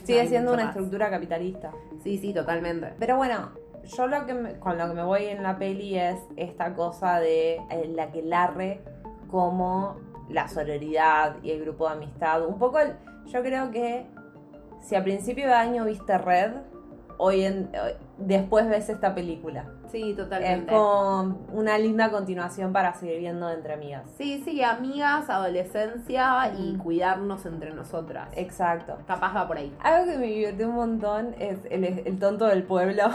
Speaker 2: Sigue
Speaker 1: hay
Speaker 2: siendo
Speaker 1: mucho
Speaker 2: una
Speaker 1: más.
Speaker 2: estructura capitalista.
Speaker 1: Sí, sí, totalmente.
Speaker 2: Pero bueno, yo lo que me- con lo que me voy en la peli es esta cosa de eh, la que larre como la sororidad y el grupo de amistad. Un poco, el- yo creo que si a principio de año viste Red, hoy en, hoy- después ves esta película.
Speaker 1: Sí,
Speaker 2: Es
Speaker 1: totalmente.
Speaker 2: como una linda continuación para seguir viendo entre amigas.
Speaker 1: Sí, sí, amigas, adolescencia y
Speaker 2: Mm.
Speaker 1: cuidarnos entre nosotras.
Speaker 2: Exacto.
Speaker 1: Capaz va por ahí.
Speaker 2: Algo que me divirtió un montón es el, el tonto del pueblo.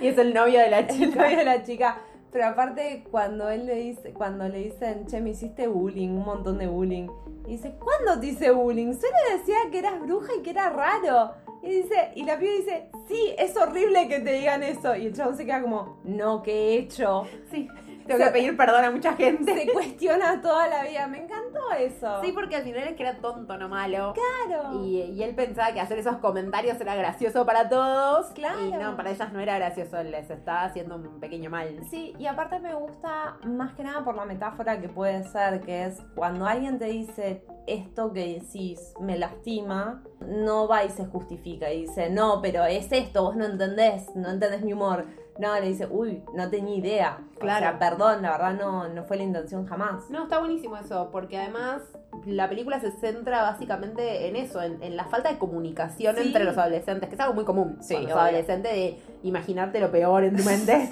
Speaker 1: Y es el novio de la
Speaker 2: el novio de la chica. Pero aparte, cuando él le dice, cuando le dicen, che, me hiciste bullying, un montón de bullying. Y dice, ¿cuándo te hice bullying? Solo decía que eras bruja y que era raro. Y dice, y la piba dice, sí, es horrible que te digan eso. Y el chabón se queda como, no, ¿qué he hecho?
Speaker 1: Sí, tengo que pedir perdón a mucha gente.
Speaker 2: Se cuestiona toda la vida. Me encantó eso.
Speaker 1: Sí, porque al final es que era tonto, no malo.
Speaker 2: claro.
Speaker 1: Y, y él pensaba que hacer esos comentarios era gracioso para todos.
Speaker 2: Claro.
Speaker 1: Y no, para ellas no era gracioso, les estaba haciendo un pequeño mal.
Speaker 2: Sí, y aparte me gusta más que nada por la metáfora que puede ser, que es cuando alguien te dice esto que decís me lastima, no va y se justifica y dice, no, pero es esto, vos no entendés, no entendés mi humor. No, le dice, uy, no tenía idea.
Speaker 1: Claro.
Speaker 2: Claro. perdón, la verdad no, no fue la intención jamás.
Speaker 1: No, está buenísimo eso, porque además la película se centra básicamente en eso, en, en la falta de comunicación
Speaker 2: Sí.
Speaker 1: entre los adolescentes, que es algo muy común.
Speaker 2: Sí,
Speaker 1: cuando sos
Speaker 2: obvio.
Speaker 1: adolescente de imaginarte lo peor en tu mente.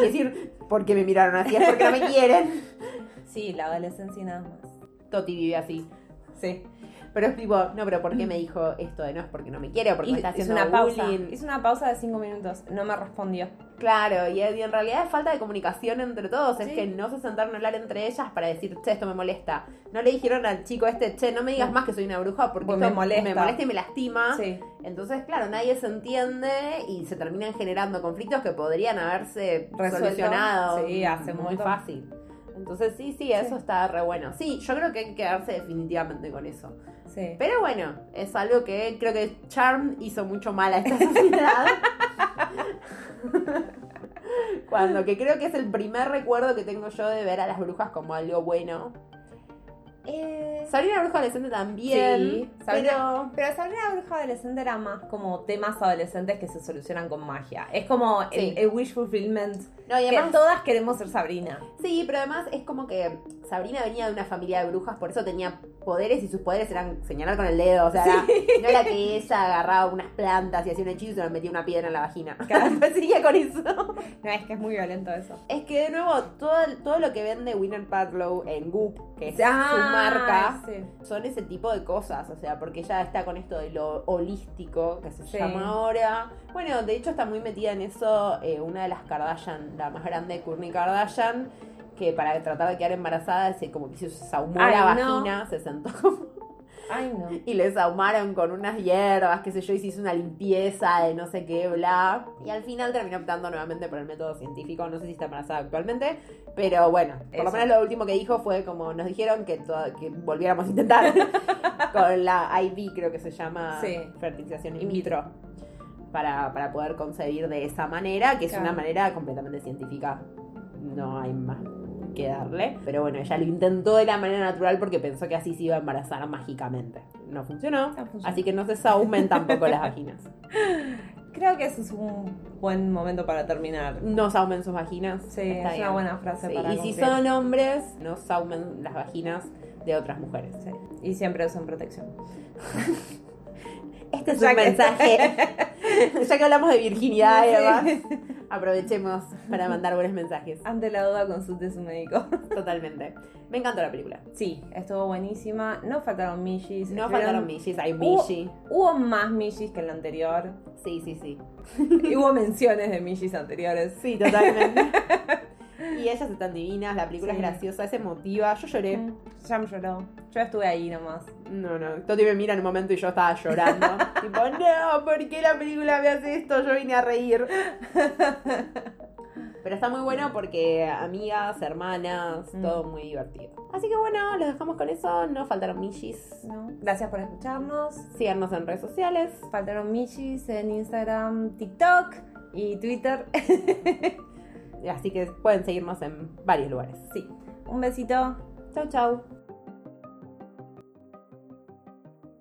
Speaker 1: y decir, ¿por qué me miraron así? ¿Es porque no me quieren?
Speaker 2: Sí, la adolescencia y nada más.
Speaker 1: Toti vive así.
Speaker 2: Sí.
Speaker 1: Pero es tipo, no, pero ¿por qué me dijo esto de no? Es porque no me quiere o porque
Speaker 2: Mm.
Speaker 1: me
Speaker 2: Y
Speaker 1: está
Speaker 2: hizo
Speaker 1: haciendo
Speaker 2: una pausa.
Speaker 1: bullying.
Speaker 2: Hizo una pausa de cinco minutos. No me respondió.
Speaker 1: Claro, y y en realidad es falta de comunicación entre todos. Es
Speaker 2: Sí.
Speaker 1: que no se sentaron a hablar entre ellas para decir, che, esto me molesta. No le dijeron al chico este, che, no me digas más que soy una bruja porque
Speaker 2: Porque Pues me
Speaker 1: esto
Speaker 2: molesta.
Speaker 1: me molesta y me lastima.
Speaker 2: Sí.
Speaker 1: Entonces, claro, nadie se entiende y se terminan generando conflictos que podrían haberse
Speaker 2: Resuelto.
Speaker 1: solucionado
Speaker 2: Sí, hace un
Speaker 1: muy
Speaker 2: montón.
Speaker 1: fácil. Entonces, sí, sí, eso
Speaker 2: Sí.
Speaker 1: está re bueno. Sí, yo creo que hay que quedarse definitivamente con eso.
Speaker 2: Sí.
Speaker 1: Pero bueno, es algo que creo que Charm hizo mucho mal a esta sociedad. Cuando, que creo que es el primer recuerdo que tengo yo de ver a las brujas como algo bueno.
Speaker 3: Eh,
Speaker 1: Sabrina la Bruja Adolescente también.
Speaker 2: Sí,
Speaker 1: pero...
Speaker 2: Pero Sabrina la Bruja Adolescente era más como temas adolescentes que se solucionan con magia. Es como el-
Speaker 1: Sí.
Speaker 2: el, wish fulfillment.
Speaker 1: No, y
Speaker 2: Que
Speaker 1: además-
Speaker 2: todas queremos ser Sabrina.
Speaker 1: Sí, pero además es como que Sabrina venía de una familia de brujas, por eso tenía poderes y sus poderes eran señalar con el dedo. O sea, era- no era que ella agarraba unas plantas y hacía un hechizo y se le metía una piedra en la vagina.
Speaker 2: Claro.
Speaker 1: Sería con eso.
Speaker 2: No, es que es muy violento eso.
Speaker 1: Es que de nuevo, todo, todo lo que vende Winner Padlow en Goop, que es su
Speaker 2: Ah,
Speaker 1: marca,
Speaker 2: sí.
Speaker 1: son ese tipo de cosas. O sea, porque ella está con esto de lo holístico que se
Speaker 2: Sí.
Speaker 1: llama ahora. Bueno, de hecho está muy metida en eso eh, una de las Kardashian, la más grande, Kourtney Kardashian, que para tratar de quedar embarazada se como que se saumó la
Speaker 2: Ay, no.
Speaker 1: vagina, se sentó como-
Speaker 2: Ay, no.
Speaker 1: y le saumaron con unas hierbas, qué sé yo, y se hizo una limpieza de no sé qué, bla. Y al final terminó optando nuevamente por el método científico. No sé si está embarazada actualmente, pero bueno, por lo
Speaker 2: Eso.
Speaker 1: menos lo último que dijo fue como nos dijeron que, to- que volviéramos a intentar con la IV, creo que se llama
Speaker 2: Sí.
Speaker 1: fertilización in
Speaker 2: In
Speaker 1: vitro. Para, para poder concebir de esa manera, que es
Speaker 2: Claro.
Speaker 1: una manera completamente científica. No hay más que darle. Pero bueno, ella lo intentó de la manera natural porque pensó que así se iba a embarazar mágicamente. No funcionó.
Speaker 2: No funcionó.
Speaker 1: Así que no se saumen tampoco las vaginas.
Speaker 2: Creo que eso es un buen momento para terminar.
Speaker 1: No saumen sus vaginas.
Speaker 2: Sí,
Speaker 1: Está
Speaker 2: es
Speaker 1: bien.
Speaker 2: una buena frase
Speaker 1: Sí,
Speaker 2: para
Speaker 1: Y si
Speaker 2: cumplir.
Speaker 1: son hombres, no saumen las vaginas de otras mujeres.
Speaker 2: Sí. Y siempre usan protección.
Speaker 1: Este es
Speaker 2: Ya
Speaker 1: un
Speaker 2: que-
Speaker 1: mensaje. ya que hablamos de virginidad y
Speaker 2: Sí.
Speaker 1: demás, aprovechemos para mandar buenos mensajes.
Speaker 2: Ante la duda, consulte a su médico.
Speaker 1: Totalmente. Me encantó la película.
Speaker 2: Sí, estuvo buenísima. No faltaron Mishis.
Speaker 1: No
Speaker 2: Estuvieron-
Speaker 1: faltaron Mishis, hay
Speaker 2: Hubo-
Speaker 1: Mishi.
Speaker 2: Hubo más Mishis que en la anterior.
Speaker 1: Sí, sí, sí.
Speaker 2: Y hubo menciones de Mishis anteriores.
Speaker 1: Sí, totalmente. y ellas están divinas, la película
Speaker 2: Sí. Mm.
Speaker 1: es graciosa, es emotiva. Yo lloré.
Speaker 2: Jam lloró. Yo estuve ahí nomás.
Speaker 1: No, no. Toti me mira en un momento y yo estaba llorando. tipo, no, ¿por qué la película me hace esto? Yo vine a reír. Pero está muy bueno porque amigas, hermanas,
Speaker 2: Mm.
Speaker 1: todo muy divertido. Así que bueno, los dejamos con eso. No faltaron Mishis.
Speaker 2: ¿no? Gracias por escucharnos.
Speaker 1: Síganos en redes sociales.
Speaker 2: Faltaron Mishis en Instagram, TikTok y Twitter.
Speaker 1: Así que pueden seguirnos en varios lugares.
Speaker 2: Sí. Un besito.
Speaker 1: Chau, chau.